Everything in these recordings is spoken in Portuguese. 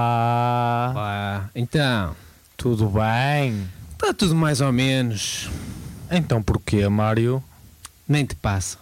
Olá! Olá, então, Tudo bem? está tudo mais ou menos, Então porquê, Mário? nem te passa.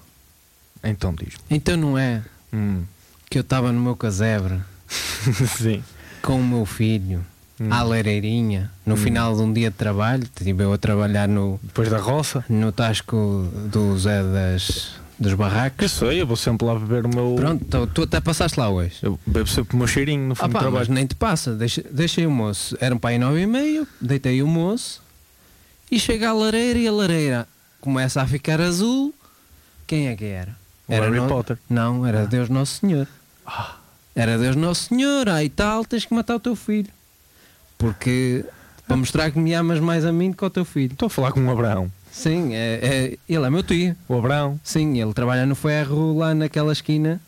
Então diz-me. Então não é Hum. que eu estava no meu casebre Sim. com o meu filho, à lareirinha, no final de um dia de trabalho, estive eu a trabalhar no, Depois da roça? no tasco do Zé das, dos Eu Barracos. sei, eu vou sempre lá beber o meu. Pronto, então, tu até passaste lá hoje. Eu bebo sempre o meu cheirinho no fim Ah do pá, mas trabalho. nem te passa, Deixa- deixei o moço, era um pai nove e meio, deitei o moço e chega à lareira e a lareira começa a ficar azul. Quem é que era? O era Harry no- Potter. Ah. Não, era Deus Nosso Senhor. Era Deus Nosso Senhor, aí tal, tens que matar o teu filho. Porque para mostrar que me amas mais a mim do que ao teu filho. Estou a falar com o Abraão. Sim, é- é- ele é meu tio. O Abraão. Sim, ele trabalha no ferro lá naquela esquina.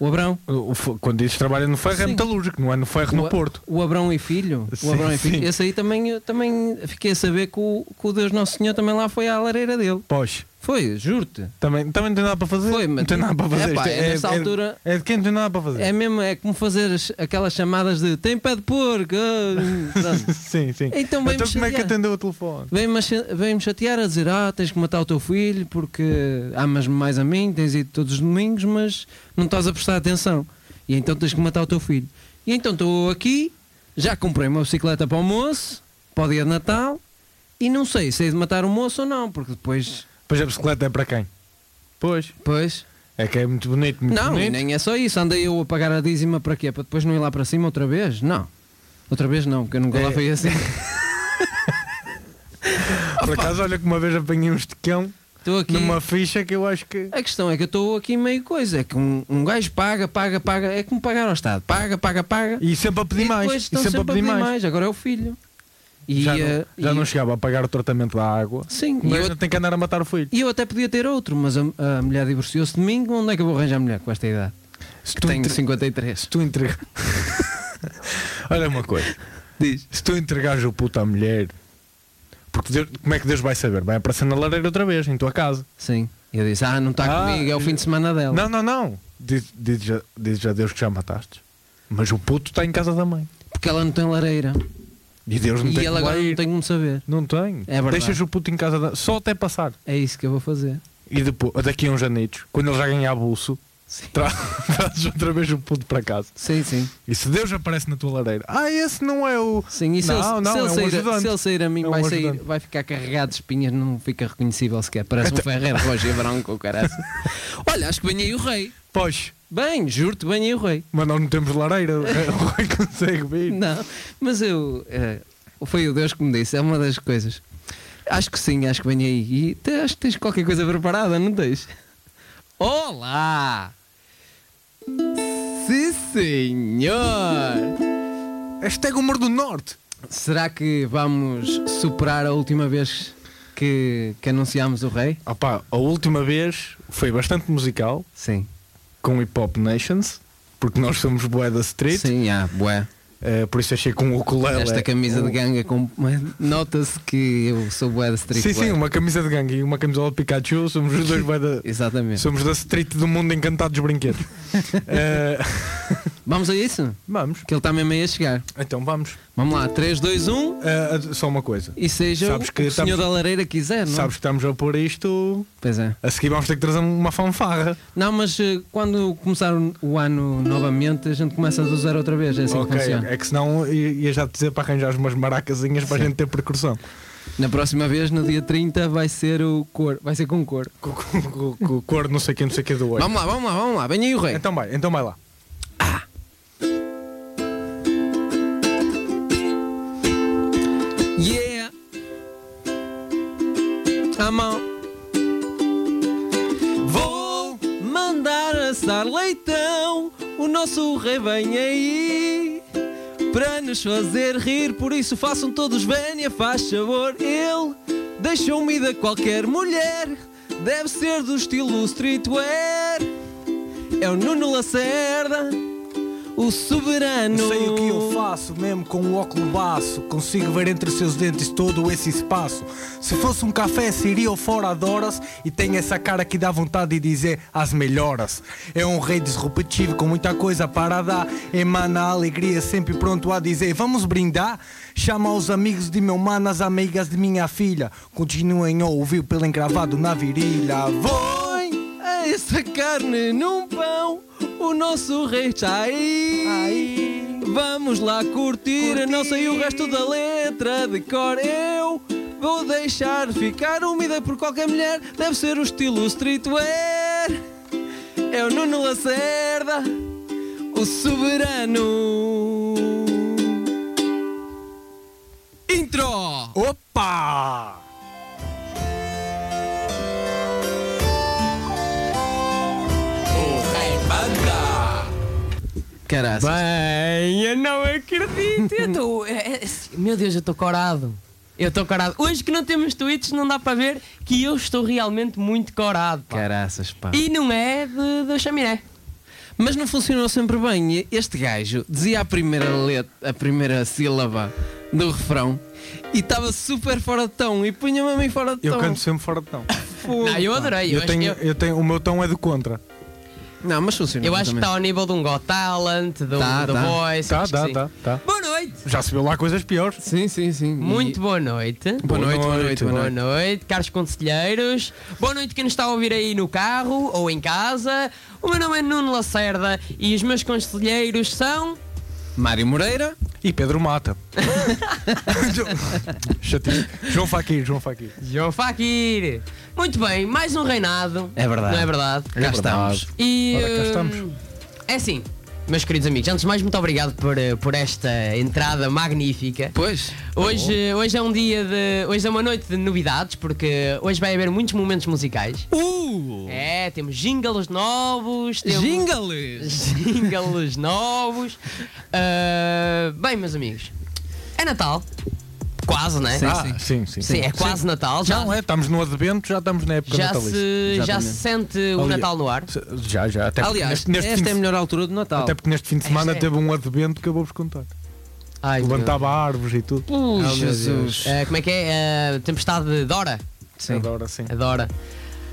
O Abrão. o- o fe- quando dizes que trabalha no ferro é Sim. metalúrgico, não é no ferro O- no Porto. O Abrão e Filho? Sim, o Abrão e Filho. sim. Esse aí também, eu também fiquei a saber que o, que o Deus Nosso Senhor também lá foi à lareira dele. Pois. Foi, juro-te. Também, também não tem nada para fazer. Foi, mas- não tem nada para fazer. Epá, Isto é nessa altura- É, de quem não tem nada para fazer. É mesmo, é como fazer as- aquelas chamadas de tem pé de porco. ah, sabe? Sim, sim. Então vem-me então como é que chatear. atendeu o telefone? Vem-me a cha- vem-me chatear a dizer: Ah, tens que matar o teu filho porque amas-me mais a mim, tens ido todos os domingos, mas não estás a prestar atenção. E então tens que matar o teu filho. E então estou aqui, já comprei uma bicicleta para o moço, para o dia de Natal, e não sei se é de matar o moço ou não, porque depois. Pois a bicicleta é para quem? Pois. Pois. É que é muito bonito, muito não, bonito. e nem é só isso. Andei eu a pagar a dízima para quê? Para depois não ir lá para cima outra vez? Não. Outra vez não, porque eu nunca lá É. fui assim. Por acaso, olha que uma vez apanhei um estiquão Estou aqui. numa ficha que eu acho que. A questão é que eu estou aqui meio coisa. É que um, um gajo paga, paga, paga. É como pagar ao Estado. Paga, paga, paga. E sempre a pedir e mais. depois E estão sempre a pedir mais. Agora é o filho. E, já não, eh, já e- não chegava a pagar o tratamento da água. Sim, e Mas eu, ainda tem que andar a matar o filho. e eu até podia ter outro, mas a, a mulher divorciou-se de mim. Onde é que eu vou arranjar mulher com esta idade? Se Que tenho entre- 53. se tu entregar. olha uma coisa. Diz. Se tu entregares o puto à mulher. Porque Deus- como é que Deus vai saber? Vai aparecer na lareira outra vez, em tua casa. Sim. E eu disse: Ah, não está Ah, comigo, é o fim de semana dela. Não, não, não. Diz- Dizes a- dizes a Deus que já mataste. Mas o puto está em casa da mãe. Porque ela não tem lareira. E Deus não E tem ela como lá agora não ir. tem como saber. Não tem. É verdade. Deixas o puto em casa da- só até passar. É isso que eu vou fazer. E depois, daqui a uns anitos, quando ele já ganhar bolso, Sim. tra- trazes outra vez o puto para casa. Sim, sim. E se Deus aparece na tua lareira, ah, esse não é o. Sim, e se, Não, ele, não, se, ele é um sair, a- ajudante. se ele sair a mim, É um vai, sair- ajudante. Então- vai ficar carregado de espinhas, não fica reconhecível sequer. Parece um Ferreiro Roger Branco, o caralho. Olha, acho que vem aí o rei. Pois, Bem, juro-te, vem aí o rei. mas nós não temos lareira, o rei- o rei consegue vir. Não, mas eu. eh, foi o Deus que me disse, é uma das coisas. Acho que sim, acho que vem aí. E te- acho que tens qualquer coisa preparada, não tens? Olá! Sim, senhor! Este é o Mar do Norte. Será que vamos superar a última vez que, que anunciámos o rei? Opá, a última vez foi bastante musical, Sim. com Hip Hop Nations, porque nós somos Boé da Street, Sim, há, bué. eh, por isso achei com o ukulele. é um Esta camisa de ganga com... nota-se que eu sou bué de street Sim, sim, um- bué. uma camisa de gangue e uma camisola de Pikachu, somos os dois bué da. Exatamente. Somos da street do mundo encantado dos brinquedos. Eh, Vamos a isso? vamos. Que ele está mesmo aí a chegar. Então vamos. Vamos lá, 3, 2, Eh, 1 eh, só uma coisa. e seja Sabes o que que o senhor estamos- da lareira quiser, não? é? Sabes que estamos a pôr isto. Pois é. A seguir vamos ter que trazer uma fanfarra. Não, mas eh, quando começar o- o ano novamente, a gente começa do zero outra vez, é assim que ok, funciona. é que senão i- ia já te dizer para arranjar umas maracazinhas para a gente ter percussão. Na próxima vez, no dia 30, vai ser o cor, vai ser com cor. Com o cor não sei quem, não sei quem do olho. Vamos lá, vamos lá, vamos lá, venha aí o rei. Então vai, então vai lá. Yeah. A mão. Vou mandar assar leitão. O nosso rei vem aí. Para nos fazer rir, por isso façam todos venha, faz favor. Ele deixou-me ir da qualquer mulher. Deve ser do estilo streetwear. É o Nuno Lacerda. o soberano. Sei o que eu faço, mesmo com o óculo baço. Consigo ver entre seus dentes todo esse espaço. Se fosse um café, seria o fora de horas. E tem essa cara que dá vontade de dizer as melhoras. É um rei disruptivo, com muita coisa para dar. Emana a alegria, sempre pronto a dizer: Vamos brindar? Chama os amigos de meu mano, as amigas de minha filha. Continuem a ouvir pelo encravado na virilha. Vou! Põe a essa carne num pão, o nosso rei está aí. Aí. Vamos lá curtir, Curtir. não sei o resto da letra de cor. Eu vou deixar ficar úmida por qualquer mulher, deve ser o estilo streetwear. É o Nuno Lacerda, o soberano. Intro! Opa! Caraca. Bem, eu não acredito. Eu tô, é, é, meu Deus, eu estou corado. Eu estou corado. Hoje que não temos tweets, não dá para ver que eu estou realmente muito corado. pá. Caraças, pá. E não é de- da chaminé. Mas não funcionou sempre bem. Este gajo dizia a primeira letra, a primeira sílaba do refrão e estava super fora de tom e punha-me a mim fora de Eu tom. canto sempre fora de tom. Não, eu adorei. Eu Eu, acho, tenho, eu, eu tenho, o meu tom é do contra. Não, mas funcionou. eu acho que está ao nível de um Got Talent, de um Tá, The tá. Voice. Tá, acho que tá, sim. tá, tá. Boa noite. Já se viu lá coisas piores. Sim, sim, sim. Muito boa noite. Boa noite, boa noite, boa Boa noite. noite, caros conselheiros. Boa noite quem nos está a ouvir aí no carro ou em casa. O meu nome é Nuno Lacerda e os meus conselheiros são. Mário Moreira. E Pedro Mata. Chatinho. João Faquir, João Faquir. João Faquir. Muito bem, mais um reinado. É verdade. Não é verdade? Já estamos. E. Ora, cá hum, estamos. É assim, meus queridos amigos, antes de mais, muito obrigado por, eh, por esta entrada magnífica. Pois. Hoje, eh, hoje é um dia de. Hoje é uma noite de novidades, porque hoje vai haver muitos momentos musicais. Uh! É, temos jingles novos, temos. Jingles! jingles novos. Ah, bem, meus amigos, é Natal. Quase, né? Sim, Ah, Ah, sim, sim. sim, é quase Natal. Já, Não, é, estamos no advento, já estamos na época já, natalícia. se, já se Exatamente. sente o Aliás, Natal no ar. se- Já, já. Até porque Aliás, neste, neste fim esta é a de, melhor altura do Natal. até porque neste fim de semana Esta é- teve um advento que eu vou-vos contar. Ai, meu Levantava árvores e tudo. Ui, Deus. Jesus. Ah, como é que é? Ah, tempestade de Dora? Sim. Adoro, sim. Adora.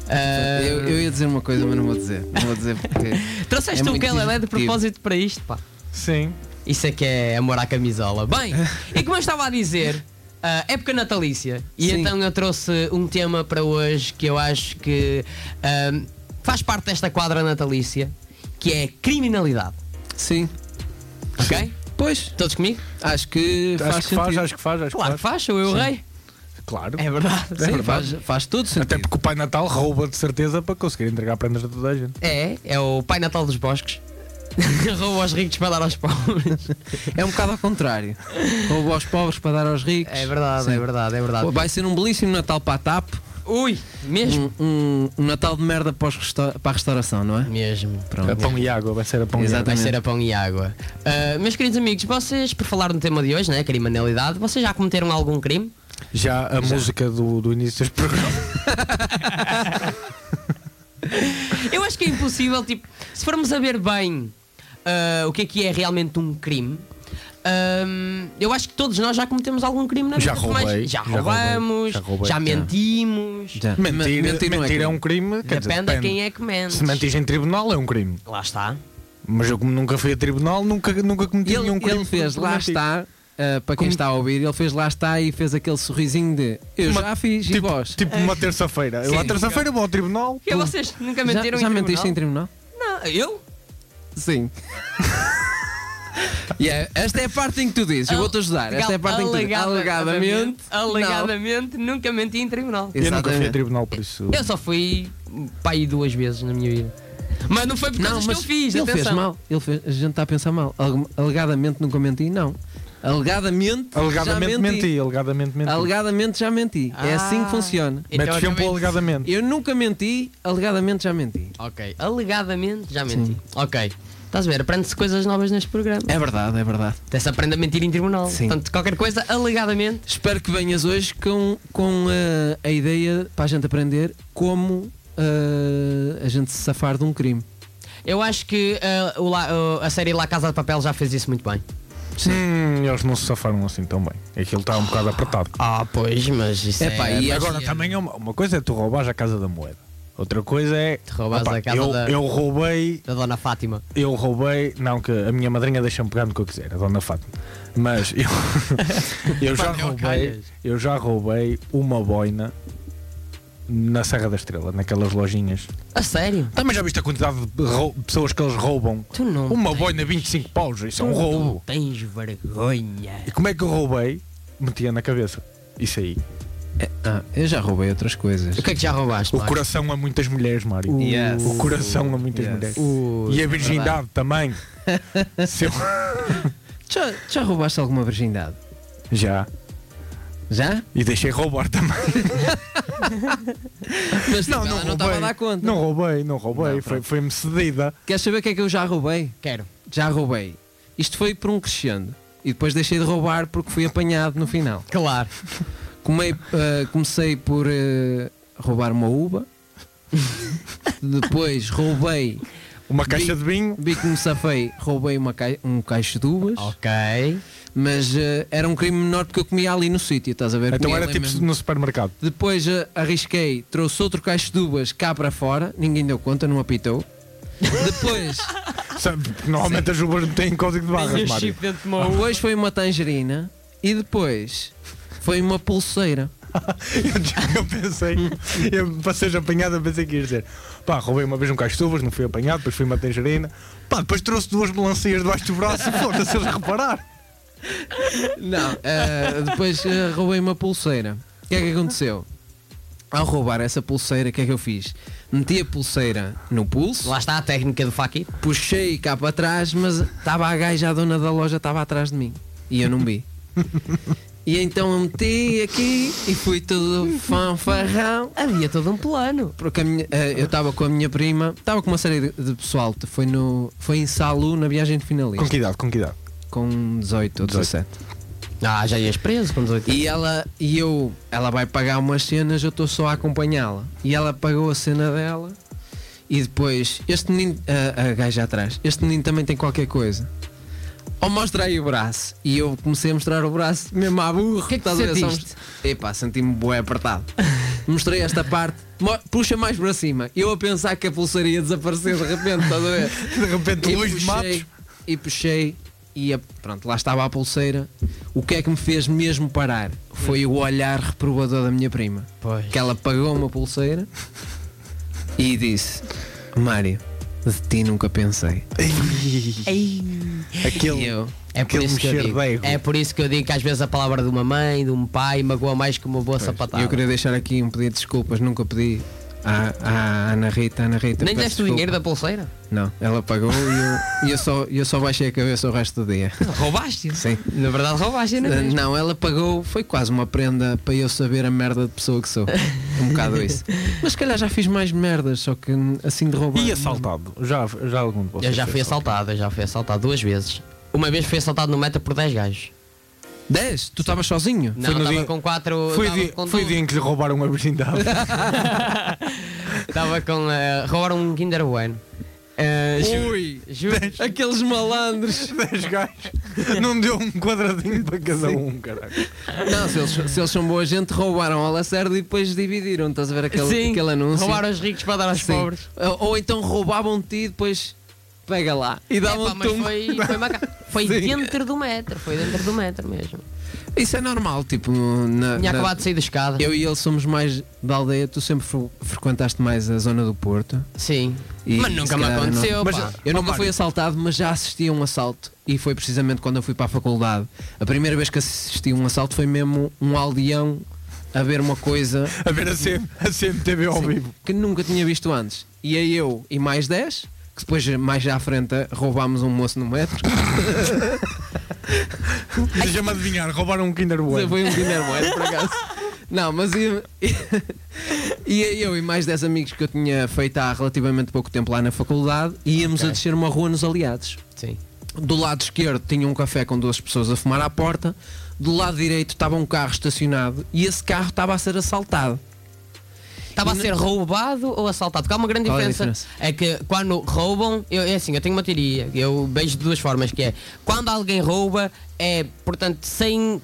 Ah, Eu, eu ia dizer uma coisa, mas não vou dizer. Não vou dizer porque. Trouxeste É o muito Galilé de disruptivo. propósito para isto, pá. Sim. Isso é que é amor à camisola. Bem, e como eu estava a dizer, ah, época natalícia. E Sim. então eu trouxe um tema para hoje que eu acho que ahm, faz parte desta quadra natalícia, que é criminalidade. Sim. Ok? Pois. Todos comigo? Acho que faz Acho que sentido. faz, acho que faz, acho Claro que que faz. faz, sou eu o rei. Claro. É verdade. Sim, faz, faz todo sentido. Até porque o Pai Natal rouba de certeza para conseguir entregar prendas a toda a gente. É, é o pai natal dos bosques. Rouba aos ricos para dar aos pobres. É um bocado ao contrário. Roubo aos pobres para dar aos ricos. É verdade, Sim. é verdade, é verdade. Vai ser um belíssimo Natal para a TAP. Ui, mesmo? Um, um- um Natal de merda para, os resta- para a restauração, Hum. não é? Mesmo. A Pronto. pão e água, vai ser a pão Exato. Vai Exatamente. ser a pão e água. Ah, meus queridos amigos, vocês, por falar no tema de hoje, né, criminalidade, vocês já cometeram algum crime? e água. Já a música do, do início dos programas. Eu acho que é impossível, tipo, se formos a ver bem ah, o que é que é realmente um crime, ahm, eu acho que todos nós já cometemos algum crime na Já vida. por mais- roubei, já já roubei, roubamos, já, já roubei, já. mentimos. Já. Mentir, Men- mentir, não é, crime. um crime. quer dizer, Depende, a quem é que mente. Se mentir em tribunal é um crime. Lá está. Mas eu, como nunca fui a tribunal, nunca, nunca cometi Ele, nenhum crime. ele fez por lá mentir. está, ah, para quem está a ouvir, ele fez lá está e fez aquele sorrisinho de eu Uma- já fiz e Tipo, vós. tipo uma terça-feira. Eu É. Sim. à terça-feira vou ao tribunal. E vocês nunca já mentiram já em mentiste em tribunal? tribunal? Não, eu? Sim. Yeah, esta é a parte em que tu dizes, eu vou-te ajudar. Esta é a parte em que tu dizes. Alegadamente. Alegadamente, alegadamente nunca menti em tribunal. Exatamente. Eu nunca fui a tribunal, por isso. Eu só fui pai duas vezes na minha vida. Mas não foi por Não, todas mas que eu fiz, ele atenção. fez mal. Ele fez, a gente está a pensar mal. Algu- Alegadamente nunca menti, não. Alegadamente, Alegadamente já menti. menti. Alegadamente menti. Alegadamente já menti. É assim Ah. que funciona. Então Metes sempre acabei- o alegadamente. Eu nunca menti, alegadamente já menti. Ok, alegadamente já menti. Ok. Estás a ver, aprende-se coisas novas neste programa. É verdade, é verdade. Até se aprende a mentir em tribunal. Sim. Portanto, qualquer coisa, alegadamente. Espero que venhas hoje com, com eh, a, ideia para a gente aprender como eh, a gente se safar de um crime. Eu acho que ah, o La- o- a série La Casa de Papel já fez isso muito bem. Hum, eles não se safaram assim tão bem. Aquilo está um bocado apertado. Ah, pois, mas isso Epá, é. e mas- Agora, também é uma, uma coisa é tu roubares a casa da moeda. Outra coisa é. Tu roubares a casa eu, da- eu roubei. Da Dona Fátima. Eu roubei. Não, que a minha madrinha deixa-me pegar no que eu quiser, a dona Fátima. Mas eu. eu, já Pá, não roubei, calhas. eu já roubei uma boina na Serra da Estrela, naquelas lojinhas. A sério? Também já viste a quantidade de rou- pessoas que eles roubam? Tu não. Uma tens- boina 25 paus, isso é um tu roubo. não Tens vergonha. E como é que eu roubei? Metia na cabeça. Isso aí. Ah, eu já roubei outras coisas. O que é que já roubaste? O Marcos? coração a muitas mulheres, Mário. Yes. O coração a muitas Yes. mulheres. O- E a virgindade também. Se eu- Já, já roubaste alguma virgindade? Já. Já? E deixei roubar também. Mas Não, não tipo, ela não roubei. estava a dar conta. Não roubei, não roubei. Foi- Foi-me cedida. Queres saber o que é que eu já roubei? Quero. Já roubei. Isto foi por um crescendo. E depois deixei de roubar porque fui apanhado no final. Claro. Comei- eh, comecei por eh, roubar uma uva. depois roubei, Uma caixa de vinho. vi que me safei, roubei uma cai- um caixo de uvas. Oh. Ok. Mas eh, era um crime menor porque eu comia ali no sítio, estás a ver? Então Comia era ali tipo mesmo. no supermercado. Depois eh, arrisquei, trouxe outro caixo de uvas cá para fora, ninguém deu conta, não apitou. Depois, Sabe, porque Normalmente as uvas não têm código de barras, Mário. dentro de uma depois foi uma tangerina e depois foi uma pulseira. Eu pensei, eu, para seres apanhado, eu pensei que ias dizer: pá, roubei uma vez um caixo de uvas, não fui apanhado, depois fui uma tangerina, pá, depois trouxe duas melancias debaixo do braço, foda-se, eles reparar. Não, eh, depois eh, roubei uma pulseira. O que é que aconteceu? Ao roubar essa pulseira, o que é que eu fiz? Meti a pulseira no pulso, Lá está a técnica do Fakir. puxei cá para trás, mas estava a gaja, a dona da loja estava atrás de mim e eu não vi. E então eu meti aqui e fui todo fanfarrão. Havia todo um plano. Porque a minha- eh, eu estava com a minha prima, estava com uma série de, de pessoal, foi, no, foi em Salu na viagem de Com finalista, que idade, com que idade? com 18 ou 17. Ah, já ias preso com 18 E ela e eu, ela vai pagar umas cenas, eu estou só a acompanhá-la. E ela pagou a cena dela e depois este menino, a, a gaja atrás, este menino também tem qualquer coisa. Ou mostra aí o braço. E eu comecei a mostrar o braço mesmo à burra. O que é que tu sentiste? Epá, senti-me bué apertado. Mostrei esta parte. mo- Puxa mais para cima. Eu a pensar que a pulseira ia desaparecer de repente, estás a ver? De repente, E Luís de Matos. puxei, e puxei e a- pronto, lá estava a pulseira. O que é que me fez mesmo parar? Foi o olhar reprovador da minha prima. Pois. Que ela pagou uma pulseira e disse: Mário, de ti nunca pensei. E Aquele. eu, É por, Aquele isso que eu mexer digo, de ego. é por isso que eu digo que às vezes a palavra de uma mãe, de um pai, magoa mais que uma boa sapatada. eu queria deixar aqui um pedido de desculpas, nunca pedi. À, à Ana Rita, Ana Rita. Nem peço deste o desculpa. dinheiro da pulseira? Não, ela pagou e eu, e eu, só, e eu só baixei a cabeça o resto do dia. Roubaste-o. Sim. Na verdade, roubaste, não é? Ah, mesmo? Não, ela pagou, foi quase uma prenda para eu saber a merda de pessoa que sou. Um bocado isso. Mas se calhar já fiz mais merdas, só que assim de roubar. E assaltado? Já, já algum de vocês Eu já foi fui assaltado, eu já fui assaltado duas vezes. Uma vez fui assaltado no meta por 10 gajos. 10? Tu estavas sozinho? Não, no estava dia- com 4. Foi o dia, foi o dia em que lhe roubaram a virgindade. Estava com. eh, roubaram um Kinder Bueno. Eh, ju- Ui! juro. Aqueles malandros! 10 gajos. Não deu um quadradinho para cada um, caralho. Não, se eles, se eles são boa gente, roubaram ao Lacerda e depois dividiram. Estás a ver aquele, Sim, aquele anúncio? Roubaram os ricos para dar aos Sim. pobres. Ou, ou então roubavam-te e depois pega lá. E Epá, davam-te mas um. foi, foi, maca... foi dentro do metro, foi dentro do metro mesmo. Isso é normal, tipo. Na, Tinha na- acabado de sair da escada. Eu e ele somos mais da aldeia, tu sempre fre- frequentaste mais a zona do Porto. Sim. E mas nunca se me calhar não- aconteceu. Mas- pá. Eu Ó, nunca fui Mário. assaltado, mas já assisti a um assalto. E foi precisamente quando eu fui para a faculdade. A primeira vez que assisti a um assalto foi mesmo um aldeão a ver uma coisa A ver a, CM, a CMTV ao vivo. que nunca tinha visto antes. E aí eu e mais 10, que depois mais à frente roubámos um moço no metro. Deixa-me adivinhar, roubaram um Kinder Bueno. Foi um dinheiro bueno, por acaso. Não, mas e, e eu e mais 10 amigos que eu tinha feito há relativamente pouco tempo lá na faculdade íamos a descer uma rua nos Aliados. Sim. Do lado esquerdo tinha um café com duas pessoas a fumar à porta, do lado direito estava um carro estacionado e esse carro estava a ser assaltado. Estava a ser roubado ou assaltado? Porque há uma grande Qual é a diferença. diferença? É que quando roubam, eu, é assim, eu tenho uma teoria, eu vejo de duas formas, que é quando alguém rouba, é portanto sem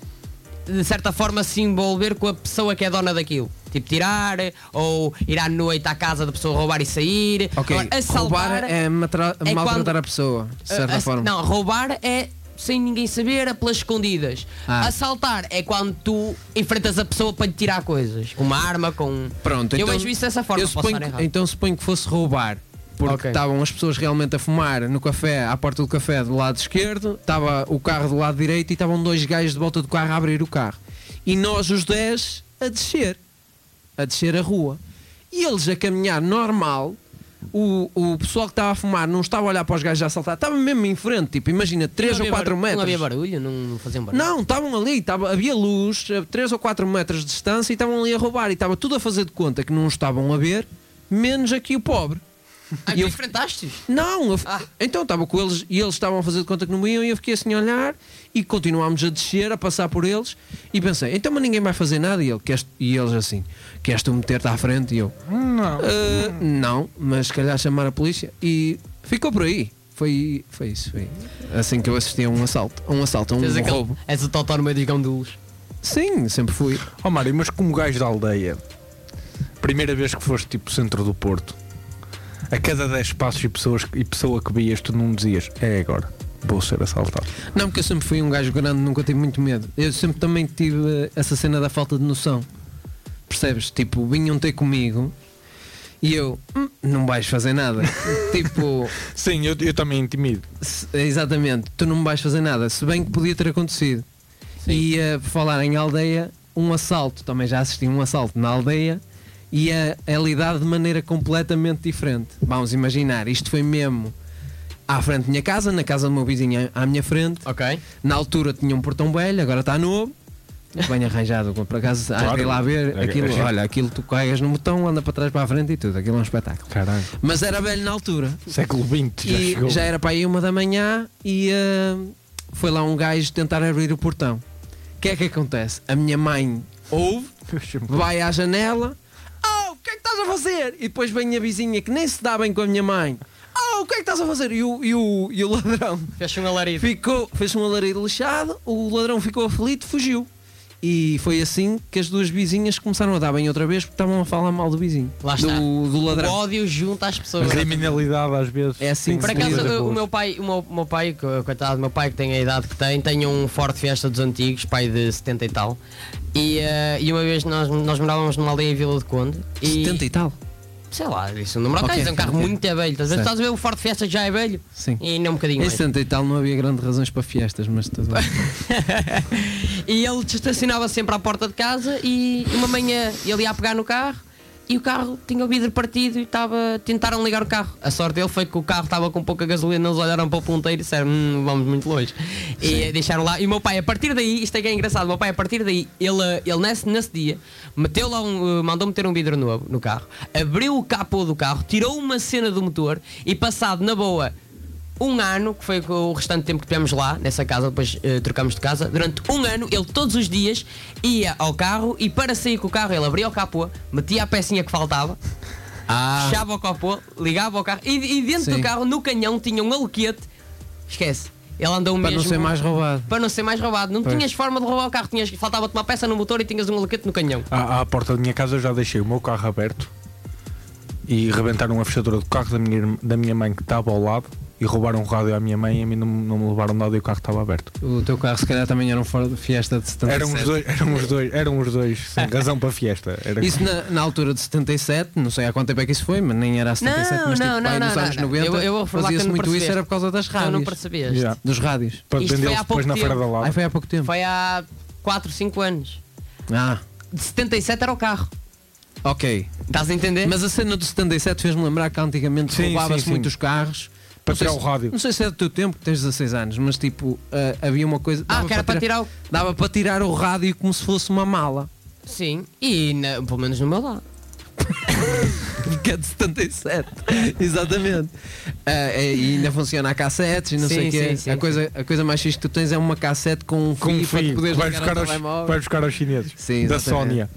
de certa forma se envolver com a pessoa que é dona daquilo. Tipo tirar, ou ir à noite à casa da pessoa roubar e sair. Ok, Agora, roubar é, matra- é maltratar quando- a pessoa, de certa a- a- forma. Não, roubar é sem ninguém saber, é pelas escondidas. Ah. Assaltar é quando tu enfrentas a pessoa para lhe tirar coisas. Com uma arma, com. Pronto, eu então, vejo isso dessa forma. eu posso suponho estar que- errado. então suponho que fosse roubar. Porque Ok. estavam as pessoas realmente a fumar no café, à porta do café do lado esquerdo, estava o carro do lado direito e estavam dois gajos de volta do carro a abrir o carro. E nós, os 10, a descer. A descer a rua. E eles a caminhar normal. O, o pessoal que estava a fumar não estava a olhar para os gajos a assaltar, estava mesmo em frente, tipo, imagina, 3 Não ou havia 4 barulho- metros. Não havia barulho, não- não faziam barulho. Não, estavam ali, tava, havia luz a 3 ou 4 metros de distância e estavam ali a roubar e estava tudo a fazer de conta que não os estavam a ver, menos aqui o pobre. Ah, E tu eu- enfrentaste-os? Não, eu f- Ah. então estava com eles e eles estavam a fazer de conta que não me iam e eu fiquei assim a olhar e continuámos a descer, a passar por eles e pensei, então mas ninguém vai fazer nada e, ele, "Queres- e eles assim, queres tu meter-te à frente? E eu, Não. "Ah, não, mas se calhar chamar a polícia e ficou por aí. Foi, foi isso, foi assim que eu assisti a um assalto, a um assalto, a um, Tens aquele- roubo. És o Totó no meio dos gandulos. Sim, sempre fui. Ó Mário, mas como gajo da aldeia, primeira vez que foste tipo centro do Porto, a cada 10 passos e, pessoas, e pessoa que vias, tu não dizias, é agora, vou ser assaltado. Não, porque eu sempre fui um gajo grande, nunca tive muito medo. Eu sempre também tive eh, essa cena da falta de noção. Percebes? Tipo, vinham ter comigo e eu, "Hum, não vais fazer nada. tipo, Sim, eu, eu também intimido. se- exatamente, tu não vais fazer nada. Se bem que podia ter acontecido. E a falar em aldeia, um assalto, também já assisti a um assalto na aldeia e a, a lidar de maneira completamente diferente. Vamos imaginar, isto foi mesmo à frente da minha casa, na casa do meu vizinho à à minha frente. Ok. Na altura tinha um portão velho, agora está novo. Bem arranjado, por acaso, Claro. há que ir lá ver. É- Aquilo, é- olha, aquilo tu carregas no botão, anda para trás, para a frente e tudo. Aquilo é um espetáculo. Caralho. Mas era velho na altura. Século XX, já e chegou. já era para aí uma da manhã e ah, foi lá um gajo tentar abrir o portão. O que é que acontece? A minha mãe ouve, vai à janela. Oh, o que é que estás a fazer? E depois vem a vizinha que nem se dá bem com a minha mãe. Oh, o que é que estás a fazer? E o, e o, e o ladrão. Fecha um alarido. Ficou, fez um alarido lixado, o ladrão ficou aflito, fugiu. E foi assim que as duas vizinhas começaram a dar bem outra vez porque estavam a falar mal do vizinho. Lá está. Do, do O um ladrão. ódio junta as pessoas. A criminalidade às vezes. É assim tem que Por se diz. acaso, coisas eu- o boas. meu pai, o meu, o meu pai, co- coitado, o meu pai que tem a idade que tem, tem um forte festa dos antigos, pai de 70 e tal. E, eh, e uma vez nós, nós morávamos numa aldeia em Vila de Conde. E, 70 e tal. Sei lá, isso é um número. Ok, Ok, é um carro ok. muito é velho. Às vezes Certo. estás a ver o forte festa já é velho Sim. e ainda é um bocadinho Em mais. 70 e tal não havia grandes razões para fiestas, mas tudo bem. E ele estacionava sempre à porta de casa e uma manhã ele ia a pegar no carro e o carro tinha o vidro partido e estava. tentaram ligar o carro. A sorte dele foi que o carro estava com pouca gasolina, eles olharam para o ponteiro e disseram "Hum, vamos muito longe. E deixaram lá. E o meu pai, a partir daí, isto é que é engraçado, o meu pai a partir daí, ele, ele nesse, nesse dia meteu lá um, eh, mandou meter um vidro novo no carro, abriu o capô do carro, tirou uma cena do motor e passado na boa um ano, que foi o restante tempo que tivemos lá, nessa casa, depois eh, trocamos de casa, durante um ano ele todos os dias ia ao carro e para sair com o carro ele abria o capô, metia a pecinha que faltava, fechava o capô, ligava o carro e, e Ah. dentro Sim. do carro, no canhão, tinha um aloquete, esquece, ele andou para mesmo... não ser mais roubado. para não ser mais roubado, não Pois. tinhas forma de roubar o carro, tinhas, faltava-te uma peça no motor e tinhas um aloquete no canhão. Ah, À, à porta da minha casa eu já deixei o meu carro aberto e rebentaram a fechadura do carro da minha, irmã- da minha mãe que estava ao lado e roubaram o rádio à minha mãe e a mim não, não me levaram nada e o carro estava aberto. O teu carro se calhar também era um Ford Fiesta de 77. Eram os dois, eram os dois, eram os dois, sem razão para a fiesta. Era- Isso na, na altura de 77, não sei há quanto tempo é que isso foi, mas nem era a 77, Não, mas tipo, não, pai, não, nos não, anos não. 90 Eu- eu vou falar que eu fazia-se não muito isso, percebeste. era por causa das Eu rádios. não percebias. Já. Dos rádios. para Isto foi vendê-los há pouco depois na feira tempo. da lava. Aí foi há pouco tempo. Foi há 4, 5 anos. Ah, De 77 era o carro. ok. Estás a entender? Mas a cena do 77 fez-me lembrar que antigamente Sim, roubava-se sim, sim. muito os carros. Para Não sei tirar se- o rádio. Não sei se é do teu tempo, que tens 16 anos, mas tipo, ah, havia uma coisa. Ah, dava que era para tirar o. Dava para tirar o rádio como se fosse uma mala. Sim, e na- pelo menos no meu lado. Que é de 77. Exatamente. Ah, é- e ainda funciona a cassetes e não Sim, sei o quê. sim, sim, a, sim. coisa, a coisa mais fixe que tu tens é uma cassete com um Com fio, um para tu fio, poderes vai ligar buscar, ao aos, telemóvel. vai buscar aos chineses Sim, da exatamente. Sónia.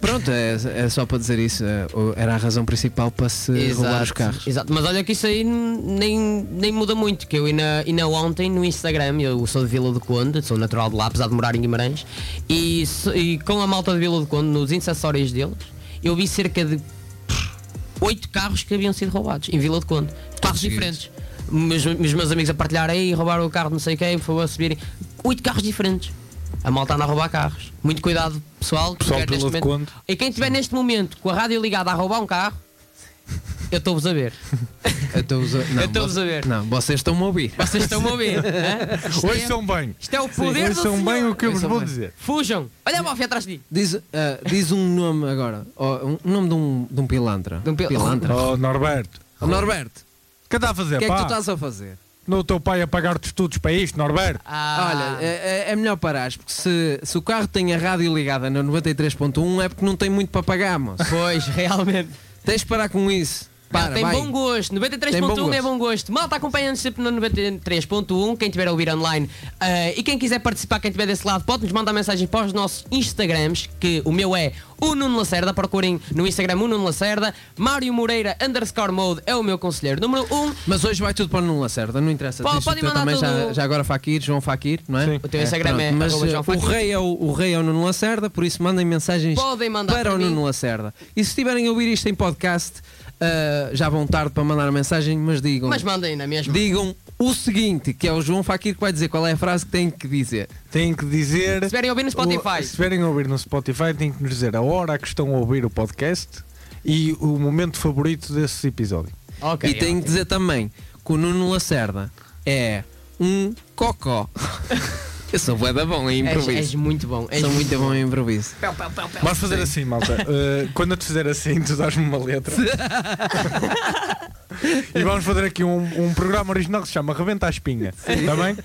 Pronto, é, é só para dizer isso. é, o- Era a razão principal para se roubar os carros. Exato, mas olha que isso aí n- nem, nem muda muito, que eu ainda, ainda ontem no Instagram, eu sou de Vila do Conde, sou natural de lá, apesar de morar em Guimarães, e, so- e com a malta de Vila do Conde, nos acessórios deles, eu vi cerca de pff, oito carros que haviam sido roubados em Vila do Conde, carros diferentes. Meus, meus meus amigos a partilhar aí, roubaram o carro, de não sei quem, foi a subirem. Oito carros diferentes. A malta anda a roubar carros. Muito cuidado, pessoal. que Pessoal de tiver neste Vila do momento- E quem estiver neste momento com a rádio ligada a roubar um carro, eu estou-vos a ver. Eu estou-vos a, Então não, Eu estou-vos vo- a ver. Não, vocês estão-me a ouvir. Vocês estão-me a ouvir. hã? Isto Hoje é- são bem. Isto é o poder do Hoje são senhor. bem o que eu vos Ouçam vou bem. dizer. Fujam. Olha a máfia atrás de ti. Diz, ah, diz um nome agora. ó, um, um nome de um, de um pilantra. De um pil- pilantra. Oh, Norberto. Norberto, O que está a o fazer, que é que tu pá? estás a fazer? Não o teu pai a pagar-te estudos para isto, Norberto? Ah, Olha, é, é- é melhor parares, porque se, se o carro tem a rádio ligada na 93.1 é porque não tem muito para pagar, moço. é- Pois, realmente. Tens de parar com isso. Para, Não, tem vai. bom gosto. Tem bom 93.1 é gosto. bom gosto. Malta, acompanha-nos sempre no 93.1. Quem tiver a ouvir online ah, e quem quiser participar, quem estiver desse lado, pode-nos mandar mensagem para os nossos Instagrams, que o meu é o Nuno Lacerda. Procurem no Instagram o Nuno Lacerda. Mário Moreira underscore mode é o meu conselheiro número 1. Um. Mas hoje vai tudo para o Nuno Lacerda, não interessa. Pode- Diz o podem teu mandar também já, tudo. já agora Faquir, João Faquir, não é? Sim. O teu Instagram Pronto, é mas arroba eh, João o Faquir. rei é o, o rei é o Nuno Lacerda, por isso mandem mensagens Podem mandar para, o para mim. Nuno Lacerda. E se estiverem a ouvir isto em podcast, eh, já vão tarde para mandar a mensagem, mas digam. Mas mandem na mesma. Digam o seguinte, que é o João Faquir que vai dizer qual é a frase que tem que dizer. Tem que dizer. Se tiverem a ouvir no Spotify. O- Se tiverem a ouvir no Spotify, têm que nos dizer a hora que estão a ouvir o podcast e o momento favorito desse episódio. Ok. e tenho que dizer também que o Nuno Lacerda é um cocó. Eu sou bué da bom em És, improviso. és muito bom. És sou muito bom em improviso. Pel, pel, pel, pel. Vamos fazer assim, malta. Uh, quando eu te fizer assim, tu dás-me uma letra. e vamos fazer aqui um, um programa original que se chama Reventa a Espinha. Está bem?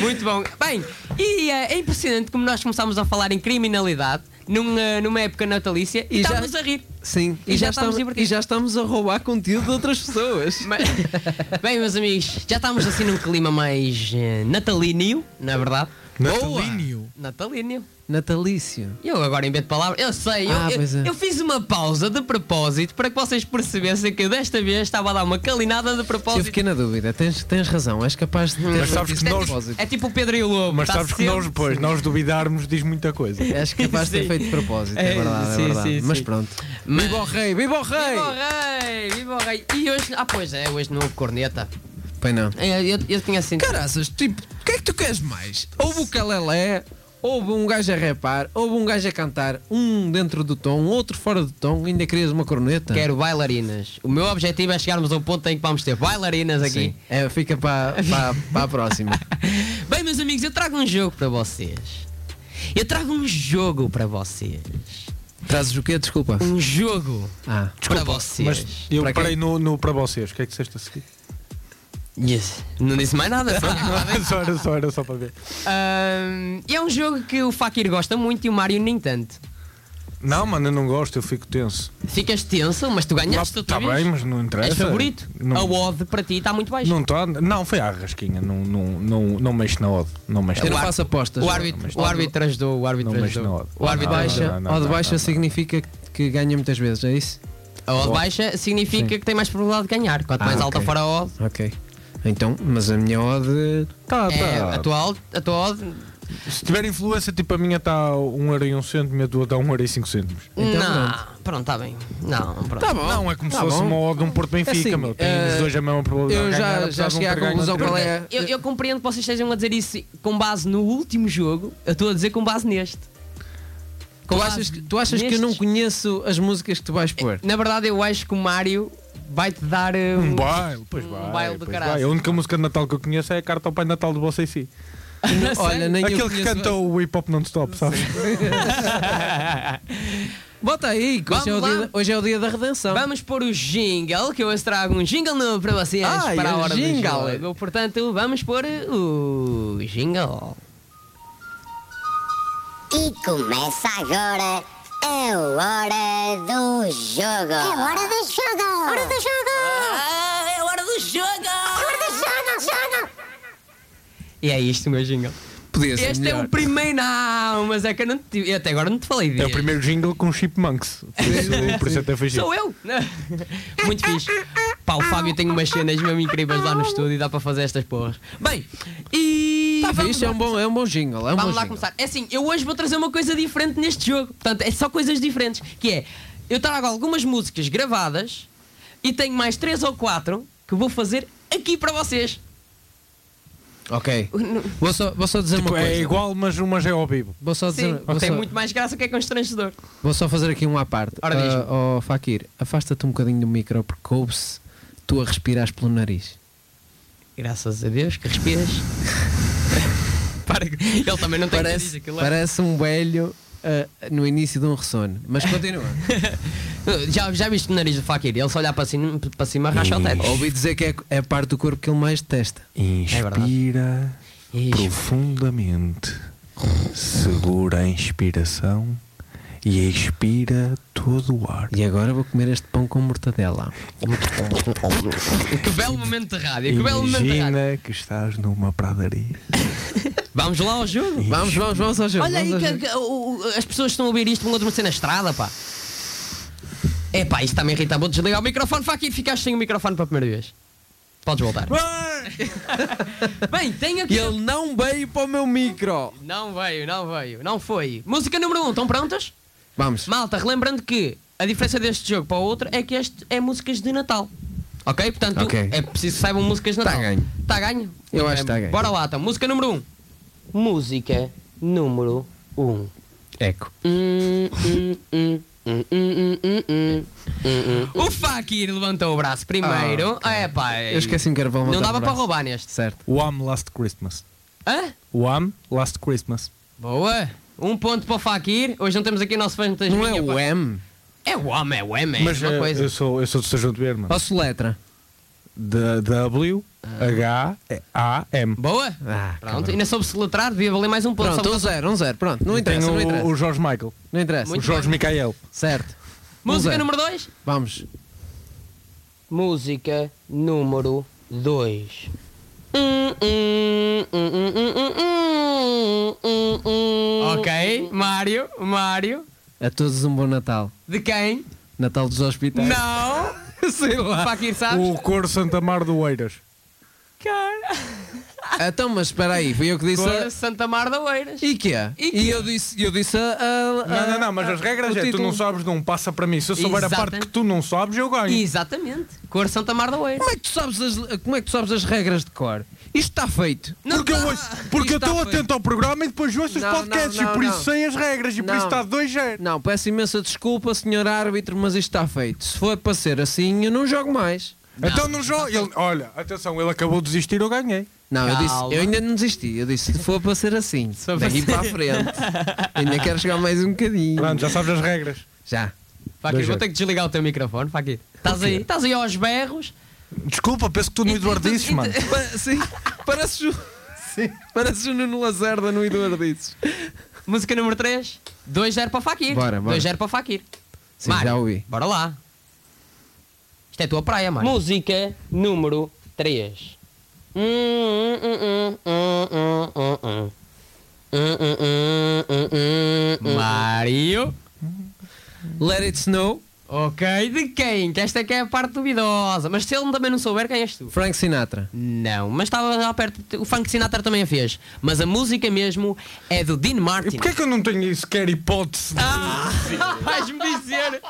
Muito bom. Bem, e eh, é impressionante como nós começámos a falar em criminalidade numa, numa época natalícia e, E já- estávamos a rir. Sim, e, E já já estamos estamos, divertidos. e já estamos a roubar conteúdo de outras pessoas. Mas- Bem, meus amigos, já estávamos assim num clima mais eh, natalíneo, não é verdade? Natalínio. Natalíneo. Natalício. Eu agora, em vez de palavras, eu sei, eu- Ah, eu, pois é. eu fiz uma pausa de propósito para que vocês percebessem que eu desta vez estava a dar uma calinada de Eu propósito. fiquei na dúvida, tens, tens razão, és capaz de ter Mas sabes que feito nós- de propósito. É tipo o Pedro e o Lobo. Mas está sabes que nós sempre- depois, nós duvidarmos, diz muita coisa. És capaz de ter Sim. feito de propósito, é, É, verdade, é sim, verdade. sim, Mas sim. pronto. Mas- Viva o rei, viva o rei! Viva o rei, viva o rei. E hoje, ah pois é, hoje não houve corneta. Pois não. Eu, eu, eu tinha assim. Caraças, tipo, o que é que tu queres mais? Houve o calelé, houve um gajo a rapar, houve um gajo a cantar, um dentro do tom, outro fora do tom, ainda querias uma corneta? Quero bailarinas. O meu objetivo é chegarmos a um ponto em que vamos ter bailarinas aqui. Sim. É, fica para a próxima. Bem, meus amigos, eu trago um jogo para vocês. Eu trago um jogo para vocês. Trazes o quê? Desculpa. Um jogo Ah. para vocês. Mas eu Para quem? parei no, no para vocês. O que é que disseste a seguir? Yes. Não disse mais nada. foi. só, era, só era só para ver. Ahm, e é um jogo que o Fakir gosta muito e o Mário nem tanto. Não, mano, eu não gosto, eu fico tenso. Ficas tenso, mas tu ganhaste outra Está vez. tá bem, mas não interessa. És favorito. Não- A odd para ti está muito baixa. Não está. Não, foi à rasquinha. Não, não, não, não mexe na odd. Não mexe Eu na não odd. faço apostas. O árbitro, mas- o árbitro ajudou, o árbitro Não, mas não. ajudou. O Não, Ou de árbitro não, ajudou. baixa, não, ou de não, baixa não, não. significa que- que ganha muitas vezes, é isso? A odd baixa significa que tem mais probabilidade de ganhar. Quanto Ah, mais alta ok. for a odd, Ok. Então, mas a minha ode. Tá, é, tá. a tua odd, a tua odd É. Se tiver influência, tipo a minha está 1,01€, a tua tá está 1,05€. Então, não, pronto, está bem. Não, pronto. Tá bom. Não, é como Tá se fosse bom. uma odd de um Porto Benfica, Assim, meu. Tem eh, os dois a mesma probabilidade. Eu de ganhar, já, apesar de já um cheguei à ter ganho conclusão anterior. qual é. a- Eu, eu compreendo que vocês estejam a dizer isso com base no último jogo. Eu estou a dizer com base neste. Tu achas, que, tu achas que eu não nestes. conheço as músicas que tu vais pôr? Na verdade, eu acho que o Mário vai-te dar eh, Um baile, pois um vai. baile de pois caralho. vai. A única música de Natal que eu conheço é a carta ao Pai Natal de você e si. Olha, nem eu Aquele que conheço- canta o hip hop non-stop, sabes? Bota aí, que hoje é, o Vamos lá. dia, hoje é o dia da redenção. Vamos pôr o jingle, que eu hoje trago um jingle novo para vocês Ai, para a hora Ah, é jingle. do jogo. Portanto, vamos pôr eh, o jingle. E começa agora a hora do jogo. É hora do jogo. Hora do jogo. Ah, é hora do jogo! Hora do jogo, jogo. E é isto o meu jingle. Podia ser Este é melhor. o primeiro. Não, mas é que eu não te. Eu até agora não te falei disso. É o primeiro jingle com chipmunks. Por isso, por isso até foi giro. Sou eu! Muito fixe. Pá, o Fábio tem umas cenas mesmo incríveis lá no estúdio e dá para fazer estas porras. Bem, e. Está Tá, vamos fixe, é um bom, é um bom jingle. É um bom Vamos lá jingle. começar. É assim, eu hoje vou trazer uma coisa diferente neste jogo. Portanto, é só coisas diferentes. Que é, eu trago algumas músicas gravadas e tenho mais três ou quatro que vou fazer aqui para vocês. Ok. Tipo, Vou só, vou só dizer uma coisa. É igual, mas umas é ao vivo. Vou só dizer. Sim, Vou tem só, muito mais graça que é constrangedor. vou só fazer aqui um à parte. Ora, diz-me. Ah, ó, Fakir, afasta-te um bocadinho do micro porque coube-se tu a respirares pelo nariz. Graças a Deus que respiras. Para, que- ele também não tem que dizer Parece, aquilo. parece um velho ah, no início de um ressono. Mas continua. Já, já viste o nariz do Fakir? Ele só olhar para cima, para cima racha o teto. Ouvi dizer que é, é a parte do corpo que ele mais detesta. Inspira profundamente. Segura a inspiração e expira todo o ar. E agora vou comer este pão com mortadela. Que belo momento de rádio, que belo momento de rádio. Imagina que estás numa pradaria. Vamos lá ao jogo. Vamos, vamos, vamos ao jogo. Olha aí vamos ao que, jogo. que- o- o- as pessoas que estão a ouvir isto vão outra ser na estrada, pá. É pá, isto está-me a irritar. Vou desligar o microfone, Fakir, ficaste sem o microfone para a primeira vez. Podes voltar. Bem, tenho aqui. Ele não veio para o meu micro. Não veio, não veio, não foi. Música número 1, um, estão prontas? Vamos. Malta, relembrando que a diferença deste jogo para o outro é que este é músicas de Natal. Ok? Portanto, Ok. é preciso que saibam músicas de Tá Natal. ganho. Está ganho? Eu acho Ok, que tá ganho. Bora lá, então. Música número 1. Um. Música número 1. Um. Eco. O Fakir levantou o braço primeiro. É pá. Ah, Eu esqueci-me que era para Não levantar dava o para braço. roubar neste. Certo. One Last Christmas. Hã? One Last Christmas. Boa. Um ponto para o Fakir. Hoje não temos aqui o nosso fantasminha. Não é pá. o M. É o homem, é o homem. Mas é uma eh, coisa. eu sou, eu sou do Sargento Berman. Posso Ah. letra? D W H A M. Boa. Ah, Pronto. Ainda soube se letrar, devia valer mais um ponto. Pronto, Só- um zero, um zero. Pronto, não interessa, Tenho não o, interessa. o Jorge Michael. Não interessa. O Muito Jorge bem. Michael. Certo. Música zero. número 2. Vamos. Música número 2. Ok, Mário, Mário, A todos um bom Natal. de quem? Natal dos hospitais. Não! Sei lá. Fakir sabes? O Coro Santa Mar do Eiras. Então, mas espera aí, foi eu que disse. Cor A... é Santa Mar da Oeiras. E que é? E que E eu disse, eu disse a. a- Não, não, não, mas a- as regras Ah, o é tu título. não sabes, não passa para mim. Se eu souber a parte Exatamente. que tu não sabes, eu ganho. Exatamente, Cor Santa Mar da Oeiras. Como é que tu sabes as, como é que tu sabes as regras de cor? Isto está feito. Não porque eu dá. ouço, porque eu Isto estou está feito. atento ao programa e depois ouço os tá Não, podcasts não, e por não, isso não. sei as regras e por Não. isso está 2 0 Não, peço imensa desculpa, senhor árbitro, mas isto está feito. Se for para ser assim, eu não jogo mais. Então não joga. Ele, olha, atenção, ele acabou de desistir, eu ganhei. Não, eu Calma. disse, eu ainda não desisti. Eu disse, se for para ser assim, Só para daqui ser. para a frente, ainda quero jogar mais um bocadinho. Pronto, já sabes as regras. Já. Fakir, Dois vou jogos. ter que desligar o teu microfone, Fakir. Estás aí, estás aí aos berros. Desculpa, penso que tu no Então, Eduardices, mano. Pa- Sim, parece o. Sim. Parece o Nuno Lacerda no Eduardices. Música número 3, 2-0 para o Fakir. Bora, bora. 2-0 para o Fakir. Sim, já ouvi. Bora lá. Isto é tua praia, mano. Música número Hum, 3. hum, hum, Mário. Let it snow, Ok, de quem? Que esta é que é a parte duvidosa. Mas se ele também não souber, quem és tu? Frank Sinatra. Não, mas estava lá perto. O Frank Sinatra também a fez. Mas a música mesmo é do Dean E Martin. porquê é que eu não tenho sequer hipótese? Ah, de- Vais-me dizer.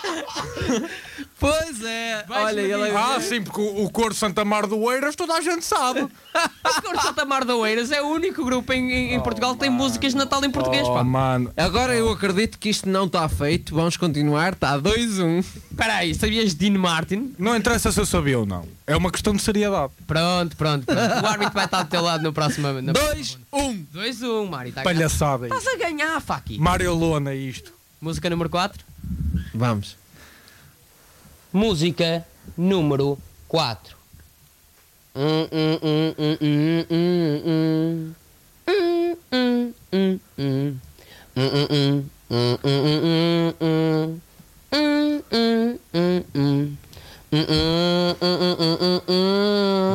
Pois é. Vais-me Olha, ele é. Ah, sim, porque o, o coro Santa Mar do Eiras toda a gente sabe. O Coro Santa Mar da Oeiras é o único grupo em, em- em Portugal que tem músicas de Natal em É, português, Oh, pá. mano. Agora eu acredito que isto não está feito. Vamos continuar. tá, Está 2-1. Espera aí, sabias de Dean Martin? Não interessa se eu sabia ou não. É uma questão de seriedade. Pronto, pronto, pronto. O árbitro vai estar do teu lado no próximo. 2-1. Um. 2, 1, um, Mário. Tá a ganhar. Palhaçada Ah. isto. Estás a ganhar, Faki. Mário Lona é isto. Música número 4. Vamos. Música número Hum, 4. hum, então.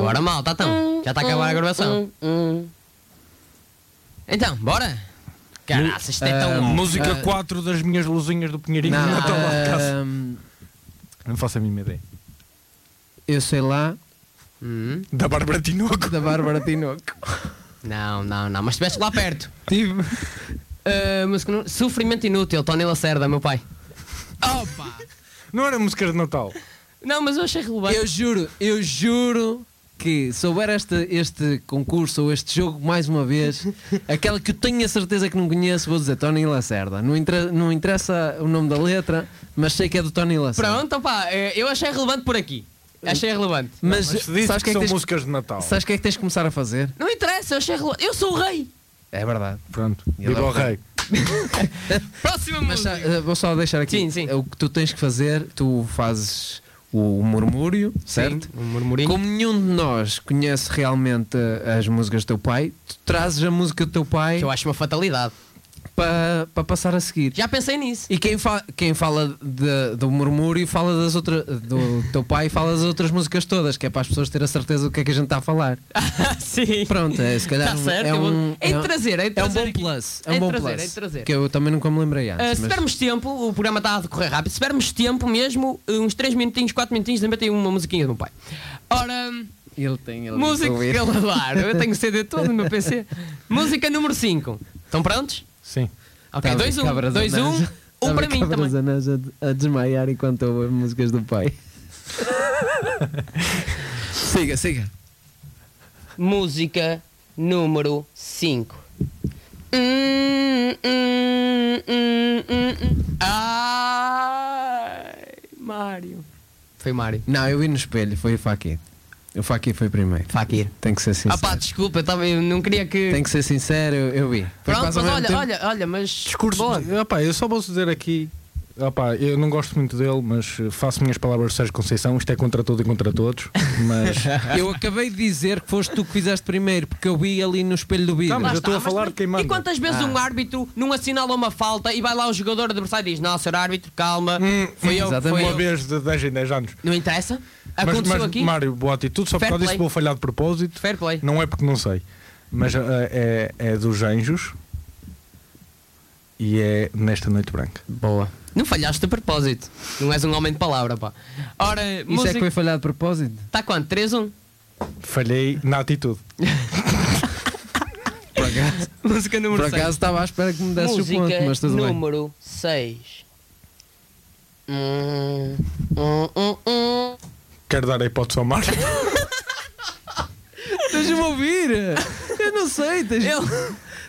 Bora mal, tá tão. Já está a acabar a gravação. Então, bora? Caraca, isto é tão. Música Ah. 4 das minhas luzinhas do Pinheirinho Não, ehm, no Natal lá de casa. ahm, Não faço a mínima ideia. eu sei lá, Hum? Da Bárbara Tinoco. da Bárbara Tinoco. Não, não, não, mas estiveste lá perto. Tive. Ah, música nu- Sofrimento Inútil, Tony Lacerda, meu pai. Opa! Não era música de Natal. Não, mas eu achei relevante. Eu juro, eu juro que se houver este, este concurso ou este jogo mais uma vez, aquela que eu tenho a certeza que não conheço, vou dizer Tony Lacerda. Não, inter- não interessa o nome da letra, mas sei que é do Tony Lacerda. Pronto, opá, eh, eu achei relevante por aqui. Achei relevante. Mas, Mas se diz sabes o que, que é que são tens- músicas de Natal. sabes o que é que tens de começar a fazer? Não interessa, eu achei relevante. Eu sou o rei. É verdade. Pronto. Ele Viva é o o rei. Próxima Mas sa- música. eh, vou só deixar aqui. Sim, sim. É O que tu tens que fazer, tu fazes o, o murmúrio, certo? um murmurinho. Como nenhum de nós conhece realmente eh, as músicas do teu pai, tu trazes a música do teu pai Que eu acho uma fatalidade. para para passar a seguir. Já pensei nisso. E quem, fa- quem fala de- do murmúrio fala das outras. do teu pai fala das outras músicas todas, que é para as pessoas terem a certeza do que é que a gente está a falar. Sim. Pronto, é, se calhar Tá um- certo, é eu vou- um. hei de um- trazer, hei de é um trazer bom aqui. plus. É Hei um de bom trazer, hei de plus. trazer. Que eu também nunca me lembrei Ah, antes. se mas- tivermos tempo, o programa está a decorrer rápido. Se tivermos tempo mesmo, uns 3 minutinhos, 4 minutinhos, também tem uma musiquinha do meu pai. Ora, Ele tem ele música ele- calabar. Eu tenho o CD todo no meu PC. música número 5. Estão prontos? Sim. tá Ok, 2 1 2 1 Um para mim também. A, a desmaiar enquanto ouve as músicas do pai. siga, siga. Música número 5. Ai, Mário. Foi Mário. Não, eu vi no espelho, foi o Fakir. O Fakir foi primeiro. Fakir. Tem que ser Ah sincero. pá, desculpa, eu, tava- eu não queria que. Tem que ser sincero, eu, eu vi. Foi Pronto, mas quase ao mesmo olha, tempo. olha, olha, mas. Discurso. Boa. Opá, eu só posso dizer aqui. Opá, eu não gosto muito dele, mas eh, faço minhas palavras do Sérgio Conceição. Isto é contra tudo e contra todos. Mas. Eu acabei de dizer que foste tu que fizeste primeiro, porque eu vi ali no espelho do vídeo. Tá, mas- Lá eu estou a está, falar de quem manda. Ah, E quantas vezes um árbitro não assinala uma falta e vai lá o jogador adversário e diz: Não, senhor árbitro, calma, foi eu, foi exatamente. Hum, uma eu. vez de 10 em 10 anos. Não interessa? Mas, Aconteceu mas, aqui? Mário, boa atitude. Só por Fair causa disso play. vou falhar de propósito. Fair play. Não é porque não sei. Mas eh, é, é dos anjos. E é nesta noite branca. Boa. é Não falhaste de propósito. Não és um homem de palavra, pá. Ora, Isso é que foi música. falhado de propósito? Está quanto? 3-1. Falhei na atitude. Por acaso, Música número por 6. acaso estava à espera que me desses o Música ponto, mas tudo bem. número 6. Hum, hum, hum, hum. Quero dar a hipótese ao Mário. Deixa-me ouvir! Eu não sei, tens, Eu-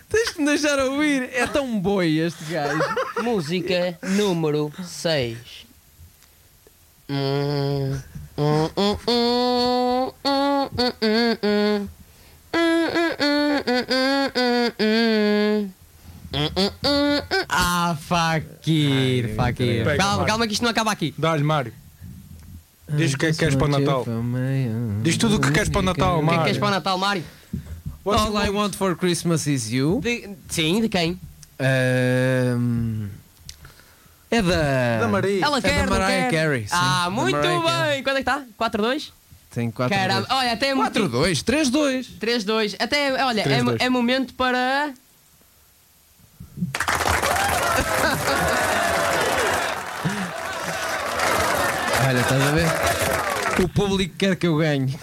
tens que me deixar ouvir. É tão boi este gajo. Música número 6. Ah, Fakir, Fakir. peraí. Calma, calma que isto não acaba aqui. Dá-lhe, Mário. Diz o que é que queres para o Natal. Diz tudo o que queres para o Natal, O que é Mário. que queres para o Natal, Mário? All I want for Christmas is you. De- sim, de quem? Ahm, é da. Da Maria. Ela É da quer, não Mariah quer. Carey, sim. Ah, Da muito Mariah Carey. bem. Quanto é que está? 4-2? Tem 4 Caramba, olha, até é 4-2, 3-2. 3-2. Até, olha, é, 3-2. é momento para. Olha, estás a ver? O público quer que eu ganhe.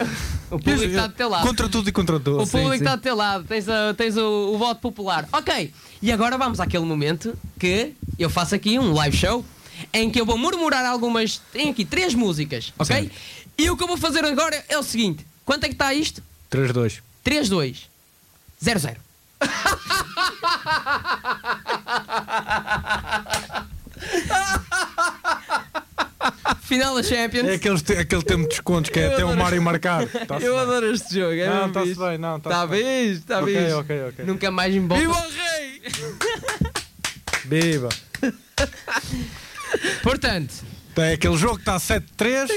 O público está do teu lado. Contra tudo e contra O todos. público sim. está do teu lado. Tens, a- tens o, o voto popular. Ok, e agora vamos àquele momento que eu faço aqui um live show em que eu vou murmurar algumas. Tem aqui três músicas, ok? E o que eu vou fazer agora é o seguinte: quanto é que está isto? 3-2. 3-2. 0-0. Final da Champions. É aqueles te- aquele tempo de descontos que é até o Mário marcar. Tá Tá-se Eu bem. adoro este jogo, é Não, mesmo está-se fixe. bem, não, está-se Tá bem. bem, está bem. Ok, ok, ok. Nunca mais me volta. Viva o rei! Beba. Portanto, Tem aquele jogo que tá está 7-3.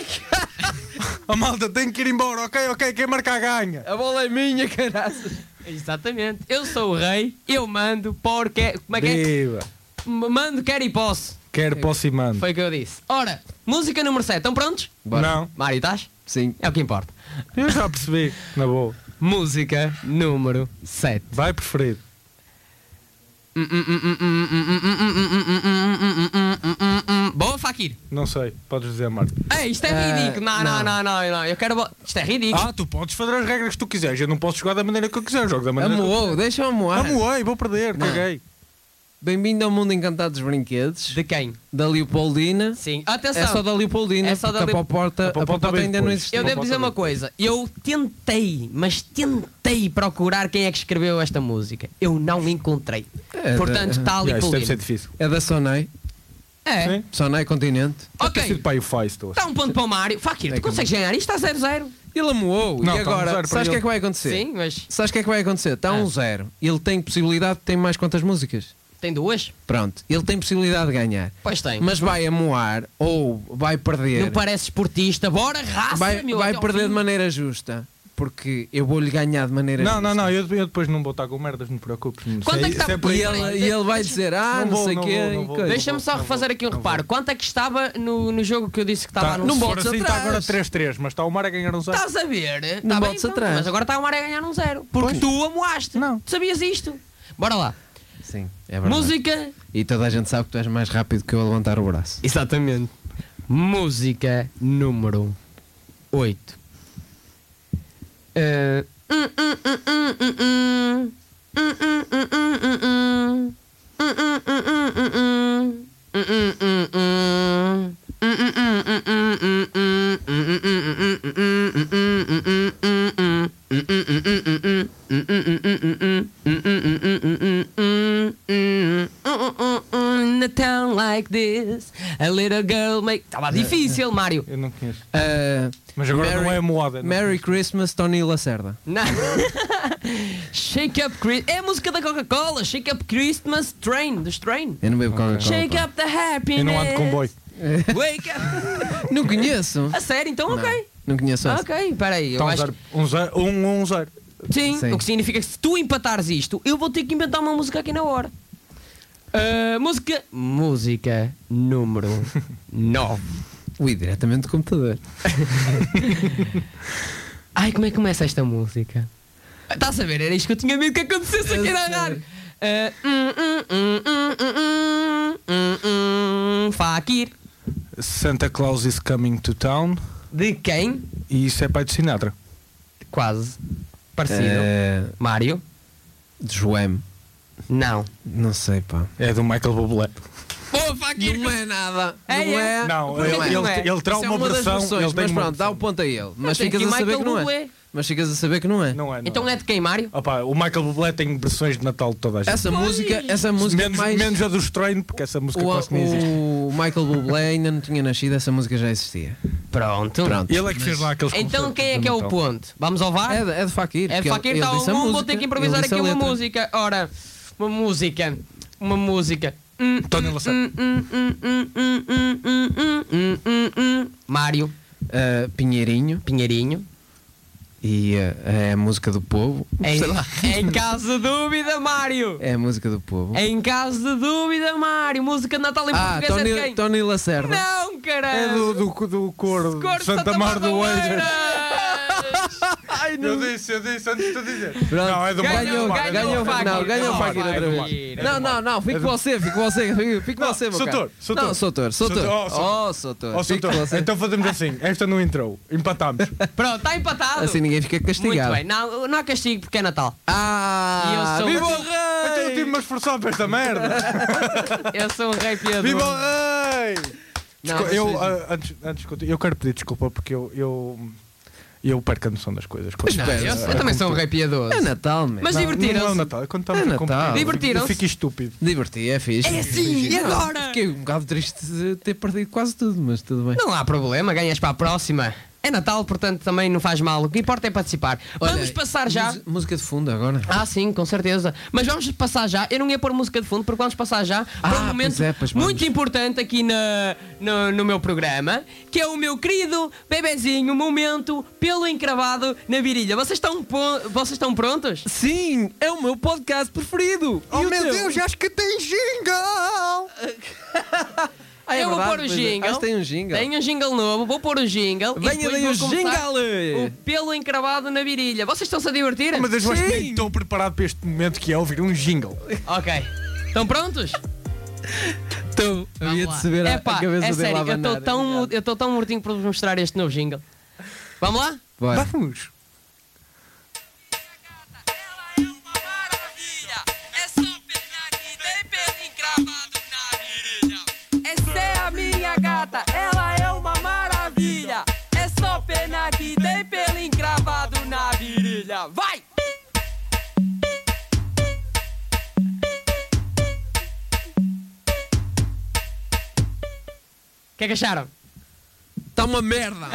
A malta então tem que ir embora. Ok, ok, quem marcar ganha. A bola é minha, caraças. exatamente, eu sou o rei, eu mando porque. Como é que é? Beba. M- Mando, quero e posso. Quero posso e mando. Foi o que eu disse. Ora, música número 7, estão prontos? Não, Mário, estás? Sim. É o que importa. eu já percebi. Na boa. Música número 7. Vai preferido. Boa, Fakir. Não sei, podes dizer, Marta. Ei, isto é ridículo. Não, não, não, não, não. Eu quero. bo- Isto é ridículo. Ah, tu podes fazer as regras que tu quiseres. Eu não posso jogar da maneira que eu quiser. Jogo da maneira que eu Amoou, deixa-me amoar. quiser. Amoei, vou perder, caguei. Bem-vindo ao mundo encantado dos brinquedos. De quem? Da Leopoldina. Sim. É só Atenção. da Leopoldina, É só da porque a Leop- Popota, A a Popota Popota veio ainda não depois. existe. Eu devo dizer uma coisa. Eu tentei, mas tentei procurar quem é que escreveu esta música. Eu não encontrei. É, Portanto, é. está ali Yeah, isto deve ser Paulino. difícil. É da Sonai. É. Sim. Sonai Continente. Tem sido Ok. pai o faz, tu. Dá um ponto para o Mário. Fakir, É que tu consegues ganhar? Isto está 0-0. Ele amoou. Não, e tá um agora, zero para sabes o que ele. é que vai acontecer? Sim, mas Sabes o que é que vai acontecer? Está um Ah. zero. Ele tem possibilidade, tem mais quantas músicas? tem duas? Pronto, ele tem possibilidade de ganhar. Pois tem. Mas vai amoar ou vai perder. Não parece esportista. Bora, raça, vai Ah, meu. vai até ao perder fim. de maneira justa. Porque eu vou-lhe ganhar de maneira Não, justa. não, não, eu, eu depois não vou estar com merdas, não te preocupes. Não Quanto sei- é que está- isso por aí. E ele, e ele vai dizer, ah, Não não, vou, sei o não quê. vou, não e vou. coisa. Deixa-me só refazer aqui um reparo. Quanto é que estava no, no jogo que eu disse que estava Tá, a não anunciar? pode assim, está agora 3-3, mas está o Mar a ganhar um zero. Estás a ver? Está Não bem, botes pronto, atrás. Mas agora está o Mar a ganhar um zero. Porque tu amoaste. Não. Tu sabias isto. Bora lá. Sim, é verdade. Música. E toda a gente sabe que tu és mais rápido que eu a levantar o braço. Exatamente. Música número 8. In a town like this, a little girl make. Estava difícil, Mário. Eu não conheço. Ah, Mas agora Merry- não é moada. não. Merry Christmas, Tony Lacerda. Não. Shake Up Christmas. É a música da Coca-Cola. Shake Up Christmas Train, dos Train. Eu não bebo Coca-Cola. Shake pá. Up the Happiness. Eu não ando com boi. Wake up. Não conheço. A sério, então ok. Não conheço essa. Ok, peraí. Eu Está um acho... zero. Um zero. Um, um zero. Sim, Sim. o que significa que se tu empatares isto, eu vou ter que inventar uma música aqui na hora. Ah, música. Música número 9. Ui, diretamente do computador. Ai, como é que começa esta música? Está Tá a saber? Era isto que eu tinha medo que acontecesse aqui na rádio. Ah, hum, hum, hum, hum, hum, hum, hum, hum, Fakir. Santa Claus is coming to town. De quem? E isso é pai de Sinatra. Quase. Parecido. Eh, Mário? de Joem. Não. Não sei, pá. É do Michael Bublé. Boa, Fakir! Não é nada. É, não é. é. Não, Por ele, que que não é? ele, ele terá Isso é uma, das versão. versões, ele tem mas uma pronto, dá o versão. ponto a ele. Mas tem ficas aqui a saber Michael que não é. Bublé. Mas ficas a saber que não é. Não é, não Então é de quem, Mário? Opa, o Michael Bublé tem versões de Natal de toda a gente. Essa música, essa música é menos, mais. menos a dos Train, porque essa música o, quase nem existe. o Michael Bublé ainda não tinha nascido, essa música já existia. Pronto. Pronto. Ele é que fez lá aqueles Então concertos quem é de que é o Natal. ponto? Vamos ao VAR? É, de- é de Fakir. É porque Fakir ele- está ele disse a um, vou música, ter que ele improvisar disse aqui a uma letra. música. Ora, uma música, uma música. Hum, Tony Lacerda. hum, Mário Ah, Pinheirinho Pinheirinho. e ah, é a música do povo. Em, Sei lá. em caso de dúvida, Mário. É a música do povo. Em caso de dúvida, Mário. Música de Natal em ah, português é de Tony, quem? Tony Lacerda. Não, caralho. É do, do, do coro Cor de Santa Mar do Eiras. Ai, Eu disse, eu disse antes de tu dizer. Pronto. Não, é do Mar ganhou, do Mar, é do ganhou, Mar. não, ganhou o Fakir outra Fakir. vez. É do Não, não, não, fico com você, fico com você, fico com Não, você, meu Soutor, caro. Soutor. Não, Soutor, Soutor. Soutor, oh, Soutor. Oh, Soutor, Ó, fico Soutor, com você. então fazemos assim, esta não entrou, empatámos. Então Pronto, está empatado. Assim ninguém fica Muito castigado. bem. Não, não há castigo porque é Natal. Ah, E eu sou- um viva o Então eu rei! tive-me a esforçar para esta merda. Eu sou um rei piador. Viva o rei! Não, Desco- mas eu, seja- ah, antes, antes, que eu- eu quero pedir desculpa porque eu, eu, eu perco a noção das coisas. Quando Não, espero. eu, eu também sou um rei piadoso. É Natal, man. Mas Não, Não é o divertiram-se. Natal, é quando estamos É a Natal. competir. Divertiram-se. Eu fico estúpido. Diverti, é fixe. É sim, e agora? Fiquei um bocado triste de ter perdido quase tudo, mas tudo bem. Não há problema, ganhas para a próxima. É Natal, portanto também não faz mal. O que importa é participar. vamos Olha, passar já. mus- Música de fundo agora. Ah, sim, com certeza. Mas vamos passar já. Eu não ia pôr música de fundo, porque vamos passar já para Ah, um momento pois é, pois vamos. muito importante aqui na, no, no meu programa, que é o meu querido bebezinho momento pelo encravado na virilha. Vocês estão, po- vocês estão prontos? Sim, é o meu podcast preferido. E o teu? Oh, acho que tem jingle! Ah, é Eu vou verdade, pôr o pois é. jingle. Acho que tem um jingle. Tenho um jingle novo, vou pôr o jingle. e Venha depois daí vou o começar jingle. O pelo encravado na Ah, virilha. Vocês estão-se a divertir? Mas eu acho que nem Sim. estou preparado para este momento que é ouvir um jingle. Ok. Estão prontos? Então, havia de lá. se ver a- Epá, a cabeça é dele sério, a eu estou abanar, tão, obrigado. eu tô tão mortinho por vos mostrar este novo jingle. Vamos lá? Bora. Vamos! É só perna que tem pelo encravado na virilha. Essa é a minha gata, ela é uma maravilha. É só pena que tem pelo encravado na virilha. Vai! O que é que acharam? tá Está uma merda!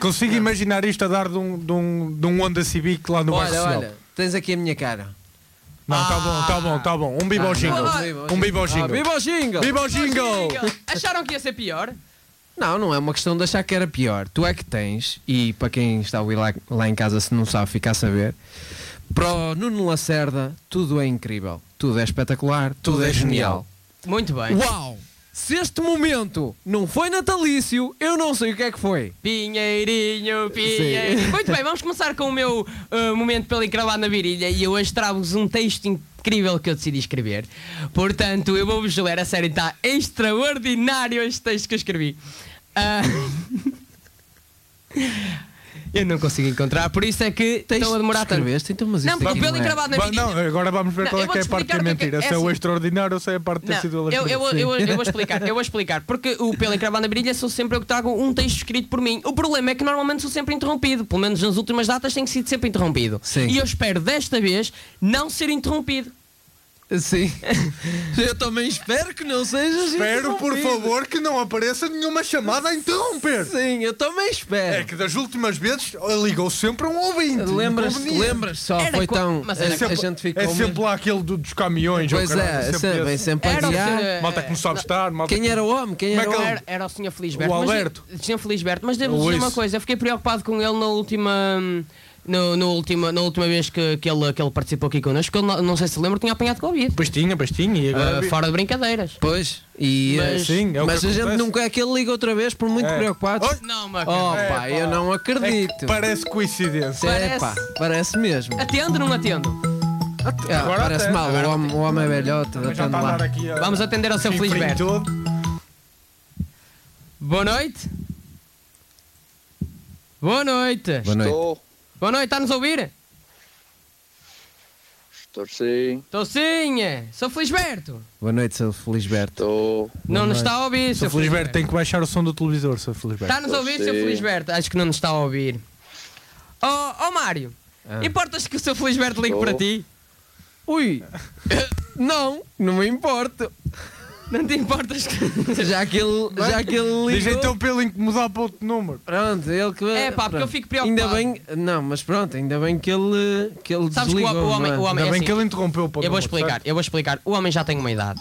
Consigo imaginar isto a dar de um, de um, de um Honda Civic lá no olha, bairro olha, tens aqui a minha cara. Não, tá bom, tá bom, tá bom. Um bibo ao jingle. Um bibo ao Ah, jingle. viva o jingle! Bibo ao jingle! Acharam que ia ser pior? Não, não é uma questão de achar que era pior. Tu é que tens, e para quem está a ouvir lá, lá em casa se não sabe, fica a saber. Para o Nuno Lacerda, tudo é incrível, tudo é espetacular, tudo, é genial. Muito bem. Uau! Se este momento não foi natalício, eu não sei o que é que foi. Pinheirinho, pinheirinho. Muito bem, vamos começar com o meu uh, momento pelo encravado na virilha e eu hoje trago-vos um texto incrível que eu decidi escrever. Portanto, eu vou-vos ler, a série está extraordinário este texto que eu escrevi. Ah, eu não consigo encontrar, por isso é que estou a demorar tanto. Escreveste, então, mas Não, isto aqui pelo é. encravado na Ba- virilha. Não, agora vamos ver Não, qual eu é que é a vou-te parte que explicar é o que é que- mentira. é Se é o assim- extraordinário ou se é a parte Não, ter sido eu, eu, vou- Sim. eu, vou- eu vou explicar, eu vou explicar. Porque o Pela Encravada na Brilha sou sempre eu que trago um texto escrito por mim. O problema é que normalmente sou sempre interrompido. Pelo menos nas últimas datas tenho sido sempre interrompido. Sim. E eu espero desta vez não ser interrompido. Sim. eu também espero que não assim sejas Espero, por interrompido. favor, que não apareça nenhuma chamada a interromper. Sim, eu também espero. É que das últimas vezes ligou sempre um ouvinte. Lembras, Inconveniente. lembras só, Era foi co- tão. mas a, era É sempre, a gente ficou. é sempre lá aquele do- dos caminhões. Pois ou caralho, é, sempre sempre, vem esse. sempre a Era o guiar. que- Malta que não sabe estar, malta Quem era o homem? Quem Como era o é que homem? Era, era o Sr. Felisberto. O mas- Alberto. Sr. Felisberto, mas devo Ou dizer uma isso. coisa. Eu fiquei preocupado com ele na última. No, no última, na última vez que, que, ele, que ele participou aqui connosco, que ele não, não sei se lembra, tinha apanhado Covid. Pastinha, pastinha. E Ah, agora... fora de brincadeiras. Pois, e, Mas- eh, Sim, é o mas que a gente acontece. nunca é que ele liga outra vez, por muito É. preocupado. Oi. Não, Oh, mas. pá, eu não acredito. É Parece coincidência. É, pá, parece mesmo. Atendo Oh. ou não atendo? É, Agora parece até. mal, o homem, o homem é velhote, Já atende está a lá. dar aqui a... Vamos atender ao Sr. em frente Felisberto. todo. Boa noite. Boa noite. Boa noite. Estou, Boa noite, está-nos a ouvir? estou sim, Estou sim, é. sou Felisberto. Boa noite, seu Felisberto. estou. Não nos está a ouvir, Sr. Sr. Felisberto, tem que baixar o som do televisor, Sr. Felisberto. Está-nos a ouvir, Sr. Sim. Felisberto? Acho que não nos está a ouvir. Oh, oh Mário, Ah. importas que o Sr. Felisberto ligue Tô. para ti? Ui! Não, não me importo. Não te importas que. Já que ele, já que ele Diz ligou. então para ele mudar para outro número. Pronto, ele que. É, pá, porque eu fico preocupado. Ainda bem. Não, mas pronto, ainda bem que ele. Que ele Sabes que o desligou, homem- o não homem- é? o homem- Ainda é bem assim, que ele interrompeu para o Eu número, vou explicar, certo? eu vou explicar. O homem já tem uma idade.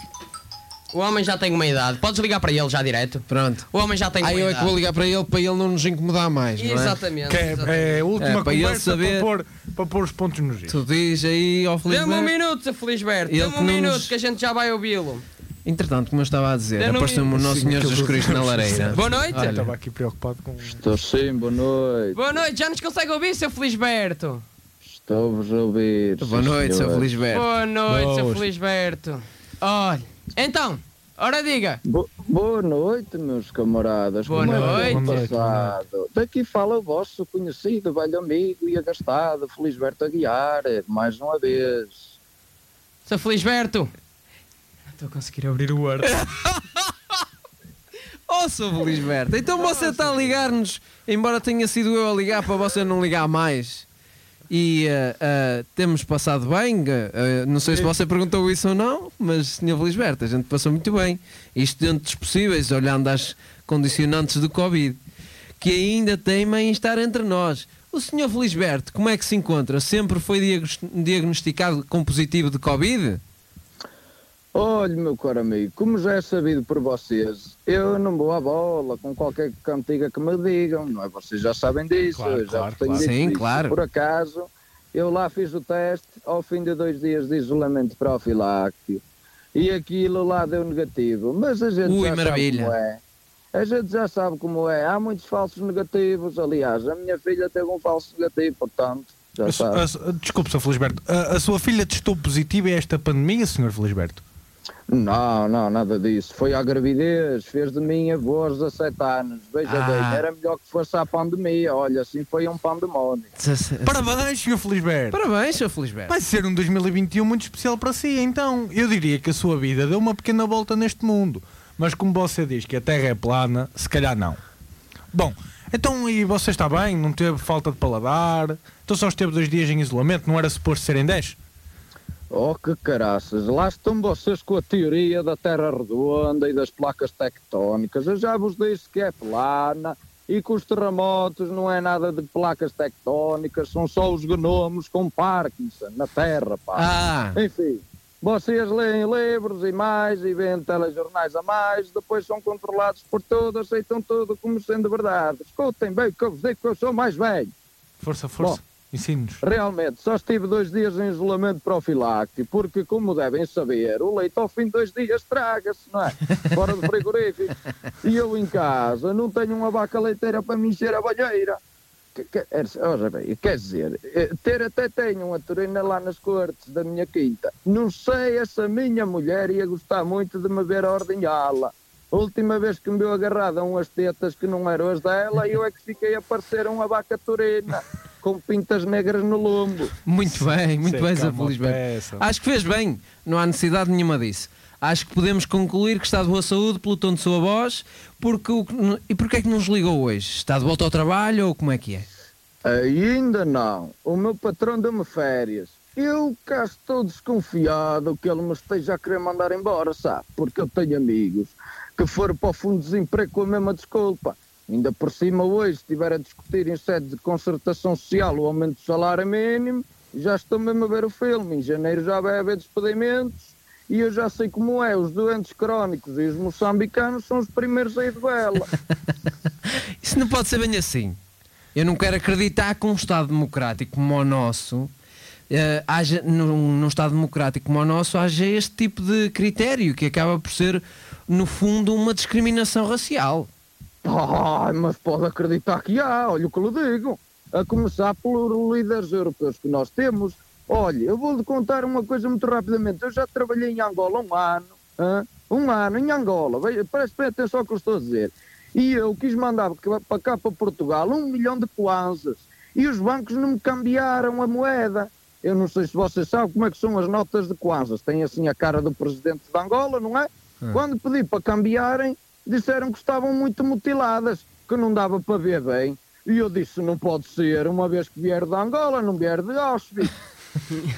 O homem já tem uma idade. Podes ligar para ele já direto? Pronto. O homem já tem uma Aí eu é que idade. vou ligar para ele para ele não nos incomodar mais, não é? Exatamente. Que é- exatamente. é, a última É, para ele conversa saber- para, pôr, para pôr os pontos nos is. Tu diz aí ao Felipe. Dê-me um minuto, Sr. Felisberto. Ele Dê-me que um não minuto nos- que a gente já vai ouvi-lo. Entretanto, como eu estava a dizer, Dê-me um apareceu-me o minuto. Nosso Senhor que eu- Jesus Cristo na lareira. Boa noite. Eu Estava aqui preocupado com... Estou sim, boa noite. Boa noite, já nos consegue ouvir, seu Felisberto? Estou-vos a ouvir. Boa sim, noite, seu senhor. Felisberto. Boa noite, seu Boas. Felisberto. Olha, então, ora diga. Bo- boa noite, meus camaradas. Boa Como é que noite. tem Boa noite, passado? Daqui fala o vosso conhecido, velho amigo e agastado, Felisberto Aguiar, É mais uma vez. Seu Felisberto. Não Estou a conseguir abrir o Word. Oh, seu Felisberto, então você está a ligar-nos, embora tenha sido eu a ligar para você não ligar mais. E ah, ah, temos passado bem. ah, não sei se você perguntou isso ou não, mas, Senhor Felisberto, a gente passou muito bem. Isto dentro dos possíveis, olhando às condicionantes do Covid, que ainda teima em estar entre nós. O Senhor Felisberto, como é que se encontra? Sempre foi diagos- diagnosticado com positivo de Covid? Olhe, meu caro amigo, como já é sabido por vocês, eu não vou à bola com qualquer cantiga que me digam, não é? Vocês já sabem disso, Claro, eu já claro, vos tenho claro. dito Sim, isso. claro. Por acaso, eu lá fiz o teste ao fim de dois dias de isolamento profiláctico e aquilo lá deu negativo, mas a gente Ui, já maravilha. sabe como é. A gente já sabe como é, há muitos falsos negativos, aliás, a minha filha teve um falso negativo, portanto, Já A su- sabe. a su- desculpe, Sr. Felisberto. A, a sua filha testou positivo a esta pandemia, Sr. Felisberto? Não, não, nada disso. Foi à gravidez, fez de mim avô aos 17 anos. Veja Ah. bem, era melhor que fosse à pandemia. Olha, assim foi um pandemónio. É, Parabéns, Sr. Felisberto. Parabéns, Sr. Felisberto. Vai ser um 2021 muito especial para si, então. Eu diria que a sua vida deu uma pequena volta neste mundo. Mas como você diz que a Terra é plana, se calhar não. Bom, então e você está bem? Não teve falta de paladar? Então só esteve dois dias em isolamento? Não era suposto serem dez? Oh, que caraças! Lá estão vocês com a teoria da Terra redonda e das placas tectónicas. Eu já vos disse que é plana e que os terremotos não é nada de placas tectónicas, são só os gnomos com Parkinson na Terra, pá. Ah, Enfim, vocês leem livros e mais e veem telejornais a mais, depois são controlados por tudo, aceitam tudo como sendo verdade. Escutem bem o que eu vos digo que eu sou mais velho. Força, força. Ensine-nos. Realmente, só estive dois dias em isolamento profiláctico, porque, como devem saber, o leite ao fim de dois dias estraga-se, não é? Fora do frigorífico. E eu em casa não tenho uma vaca leiteira para me encher a banheira. Que- que- é, Ora bem, quer dizer, eh, ter até tenho uma turina lá nas cortes da minha quinta. Não sei, essa minha mulher ia gostar muito de me ver a ordenhá-la. A última vez que me viu agarrado a umas tetas que não eram as dela, eu é que fiquei a parecer uma vaca turina, com pintas negras no lombo. muito bem, muito Sei bem, que Sr. há uma Felisberto. peça. Acho que fez bem, não há necessidade nenhuma disso. Acho que podemos concluir que está de boa saúde pelo tom de sua voz. Porque o que- e porquê é que nos ligou hoje? Está de volta ao trabalho ou como é que é? Ainda não. O meu patrão deu-me férias. Eu cá estou desconfiado que ele me esteja a querer mandar embora, sabe? Porque eu tenho amigos que foram para o fundo de desemprego com a mesma desculpa. Ainda por cima hoje estiver a discutir em sede de concertação social o aumento do salário mínimo, já estou mesmo a ver o filme. Em janeiro já vai haver despedimentos e eu já sei como é. Os doentes crónicos e os moçambicanos são os primeiros a ir de vela. Isso não pode ser bem assim. Eu não quero acreditar que um Estado democrático como o nosso, eh, haja, num, num Estado democrático como o nosso, haja este tipo de critério que acaba por ser, no fundo, uma discriminação racial. Ai, mas pode acreditar que há, olha o que lhe digo. A começar pelos líderes europeus que nós temos. Olha, eu vou-lhe contar uma coisa muito rapidamente. Eu já trabalhei em Angola um ano. hã? Um ano em Angola. Veja, Preste bem atenção ao que eu estou a dizer. E eu quis mandar ca- para cá, para Portugal, um milhão de poanzas. E os bancos não me cambiaram a moeda. Eu não sei se vocês sabem como é que são as notas de Kwanzas. Tem assim a cara do presidente de Angola, não é? Quando pedi para cambiarem, disseram que estavam muito mutiladas, que não dava para ver bem. E eu disse, não pode ser, uma vez que vier de Angola, não vier de Auschwitz.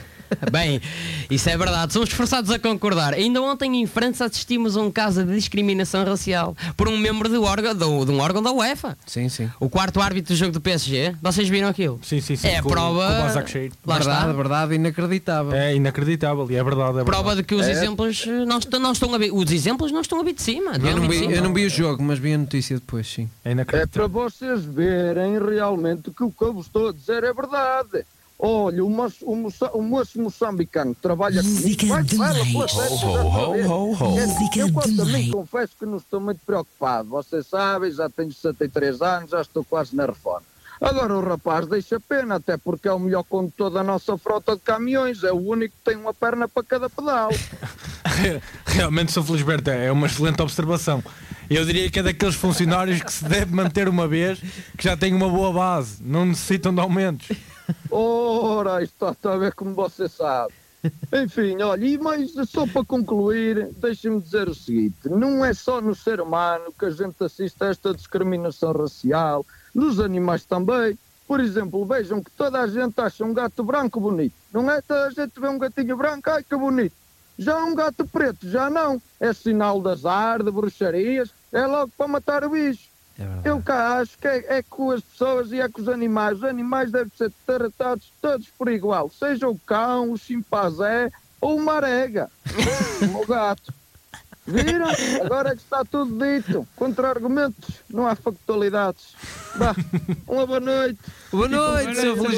Bem, isso é verdade, somos forçados a concordar. Ainda ontem em França assistimos a um caso de discriminação racial por um membro do órgão, do- de um órgão da UEFA. Sim, sim. O quarto árbitro do jogo do PSG, vocês viram aquilo? Sim, sim, sim. É a com- prova. com o Balzac cheio. Lá verdade, está. verdade, inacreditável. É inacreditável e é verdade. É Prova verdade. de que os É. exemplos eh, não estão, não estão a vir. Os exemplos não estão a vir de cima. Eu, não a vir vi, de cima. eu não vi o jogo, mas vi a notícia depois, sim. É É inacreditável. para vocês verem realmente que o que eu vos estou a dizer é verdade. Olha, o moço, o moça- o moço moçambicano que trabalha Música do fala, pela leite. festa, Ho, ho, outra ho, vez. ho, ho. Quer dizer, Música Eu, quanto do a mim, leite. confesso que não estou muito preocupado. Vocês sabem, já tenho 63 anos, já estou quase na reforma. Agora o rapaz deixa pena, até porque é o melhor condutor da nossa frota de caminhões. É o único que tem uma perna para cada pedal. Realmente, Sr. Felisberto, é uma excelente observação. Eu diria que é daqueles funcionários que se deve manter uma vez, que já tem uma boa base, não necessitam de aumentos. Ora, isto está a ver como você sabe. Enfim, olha, e mais só para concluir, deixem-me dizer o seguinte: não é só no ser humano que a gente assiste a esta discriminação racial, nos animais também. Por exemplo, vejam que toda a gente acha um gato branco bonito, não é? Toda a gente vê um gatinho branco, ai que bonito. Já um gato preto, já não. É sinal de azar, de bruxarias, é logo para matar o bicho. Eu cá acho que é, é com as pessoas e é com os animais. Os animais devem ser tratados todos por igual, seja o cão, o chimpanzé ou uma arega, ou o gato. Viram? Agora é que está tudo dito. Contra argumentos, não há factualidades. Vá, uma boa noite. Boa noite, Sr. Felisberto. Boa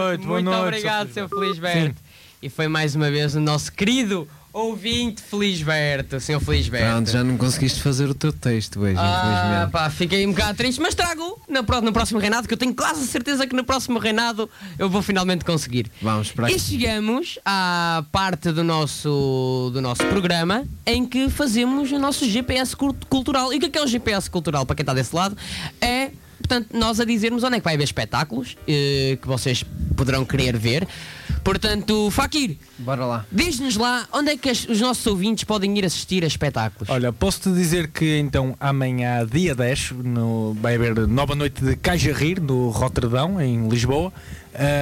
noite, boa Muito noite, obrigado, Sr. Sr. Felisberto. E foi mais uma vez o nosso querido ouvinte Felisberto, o senhor Felisberto. Pronto, já não conseguiste fazer o teu texto hoje, Ah, infelizmente. pá, fiquei um bocado triste, mas trago na pro- no próximo reinado, que eu tenho quase certeza que no próximo reinado eu vou finalmente conseguir. Vamos para E chegamos à parte do nosso, do nosso programa em que fazemos o nosso GPS cur- cultural. E o que é, que é o GPS cultural para quem está desse lado? É, portanto, nós a dizermos onde é que vai haver espetáculos eh, que vocês poderão querer ver. Portanto, Fakir, Bora lá. diz-nos lá onde é que as- os nossos ouvintes podem ir assistir a espetáculos. Olha, posso-te dizer que então amanhã, dia 10, no- vai haver nova noite de Cajarrir, no Roterdão, em Lisboa.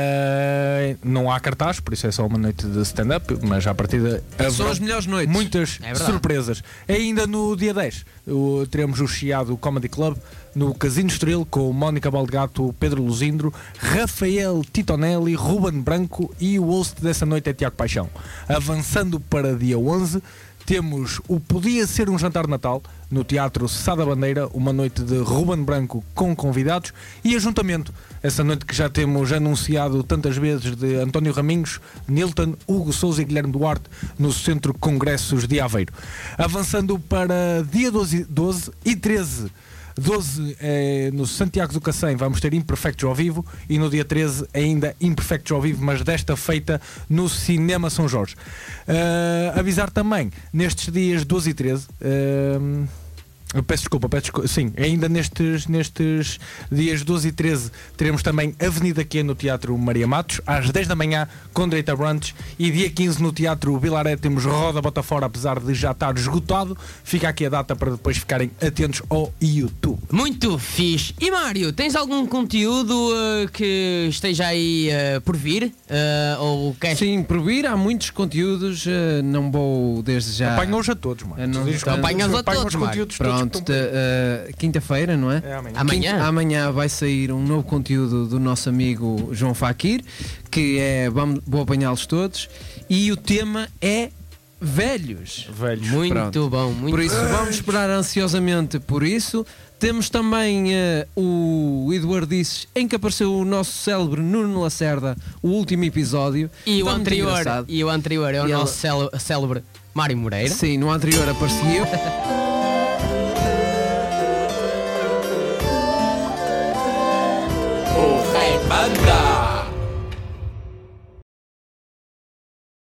Eh, não há cartaz, por isso é só uma noite de stand-up, mas à partida São haverá as melhores noites. muitas É verdade. surpresas. Ainda no dia 10 o- teremos o Chiado Comedy Club no Casino Estrela com Mónica Baldegato, Pedro Luzindro, Rafael Titonelli, Ruben Branco e o host dessa noite é Tiago Paixão. Avançando para dia 11 temos o Podia Ser um Jantar de Natal no Teatro Sada Bandeira, uma noite de Ruben Branco com convidados e ajuntamento. Essa noite que já temos anunciado tantas vezes de António Raminhos, Nilton, Hugo Souza e Guilherme Duarte no Centro de Congressos de Aveiro. Avançando para dia 12, 12 e 13. 12 eh, no Santiago do Cacém vamos ter Imperfectos ao vivo e no dia 13 ainda Imperfectos ao vivo, mas desta feita no Cinema São Jorge. Eh, avisar também, nestes dias 12 e 13. ehm, eu Peço desculpa, peço desculpa. Sim, é ainda nestes, nestes dias 12 e 13 teremos também Avenida Q no Teatro Maria Matos, às 10 da manhã, com direito a brunch. E dia 15 no Teatro Vilaré temos Roda Bota Fora, apesar de já estar esgotado. Fica aqui a data para depois ficarem atentos ao YouTube. Muito fixe. E Mário, tens algum conteúdo eh, que esteja aí eh, por vir? Eh, ou queres? Sim, por vir há muitos conteúdos, eh, não vou desde já. Apanhou-os a todos, mano. Ah. Eu não- Tu dizes que Apanhas a apanham os todos, Mário. conteúdos todos que Pronto, estão- de- eh, quinta-feira, não é? É amanhã. Amanhã? Quinta- amanhã vai sair um novo conteúdo do nosso amigo João Faquir, que é vamos, vou apanhá-los todos, e o tema é velhos. Velhos. Muito Pronto. bom, muito Por isso, vamos esperar ansiosamente por isso. Temos também eh, o Eduardo Disses, em que apareceu o nosso célebre Nuno Lacerda, o último episódio. E o Está muito anterior, engraçado. e o anterior é o E ela- nosso céle- célebre Mário Moreira. Sim, no anterior apareci eu. O Rei Manda.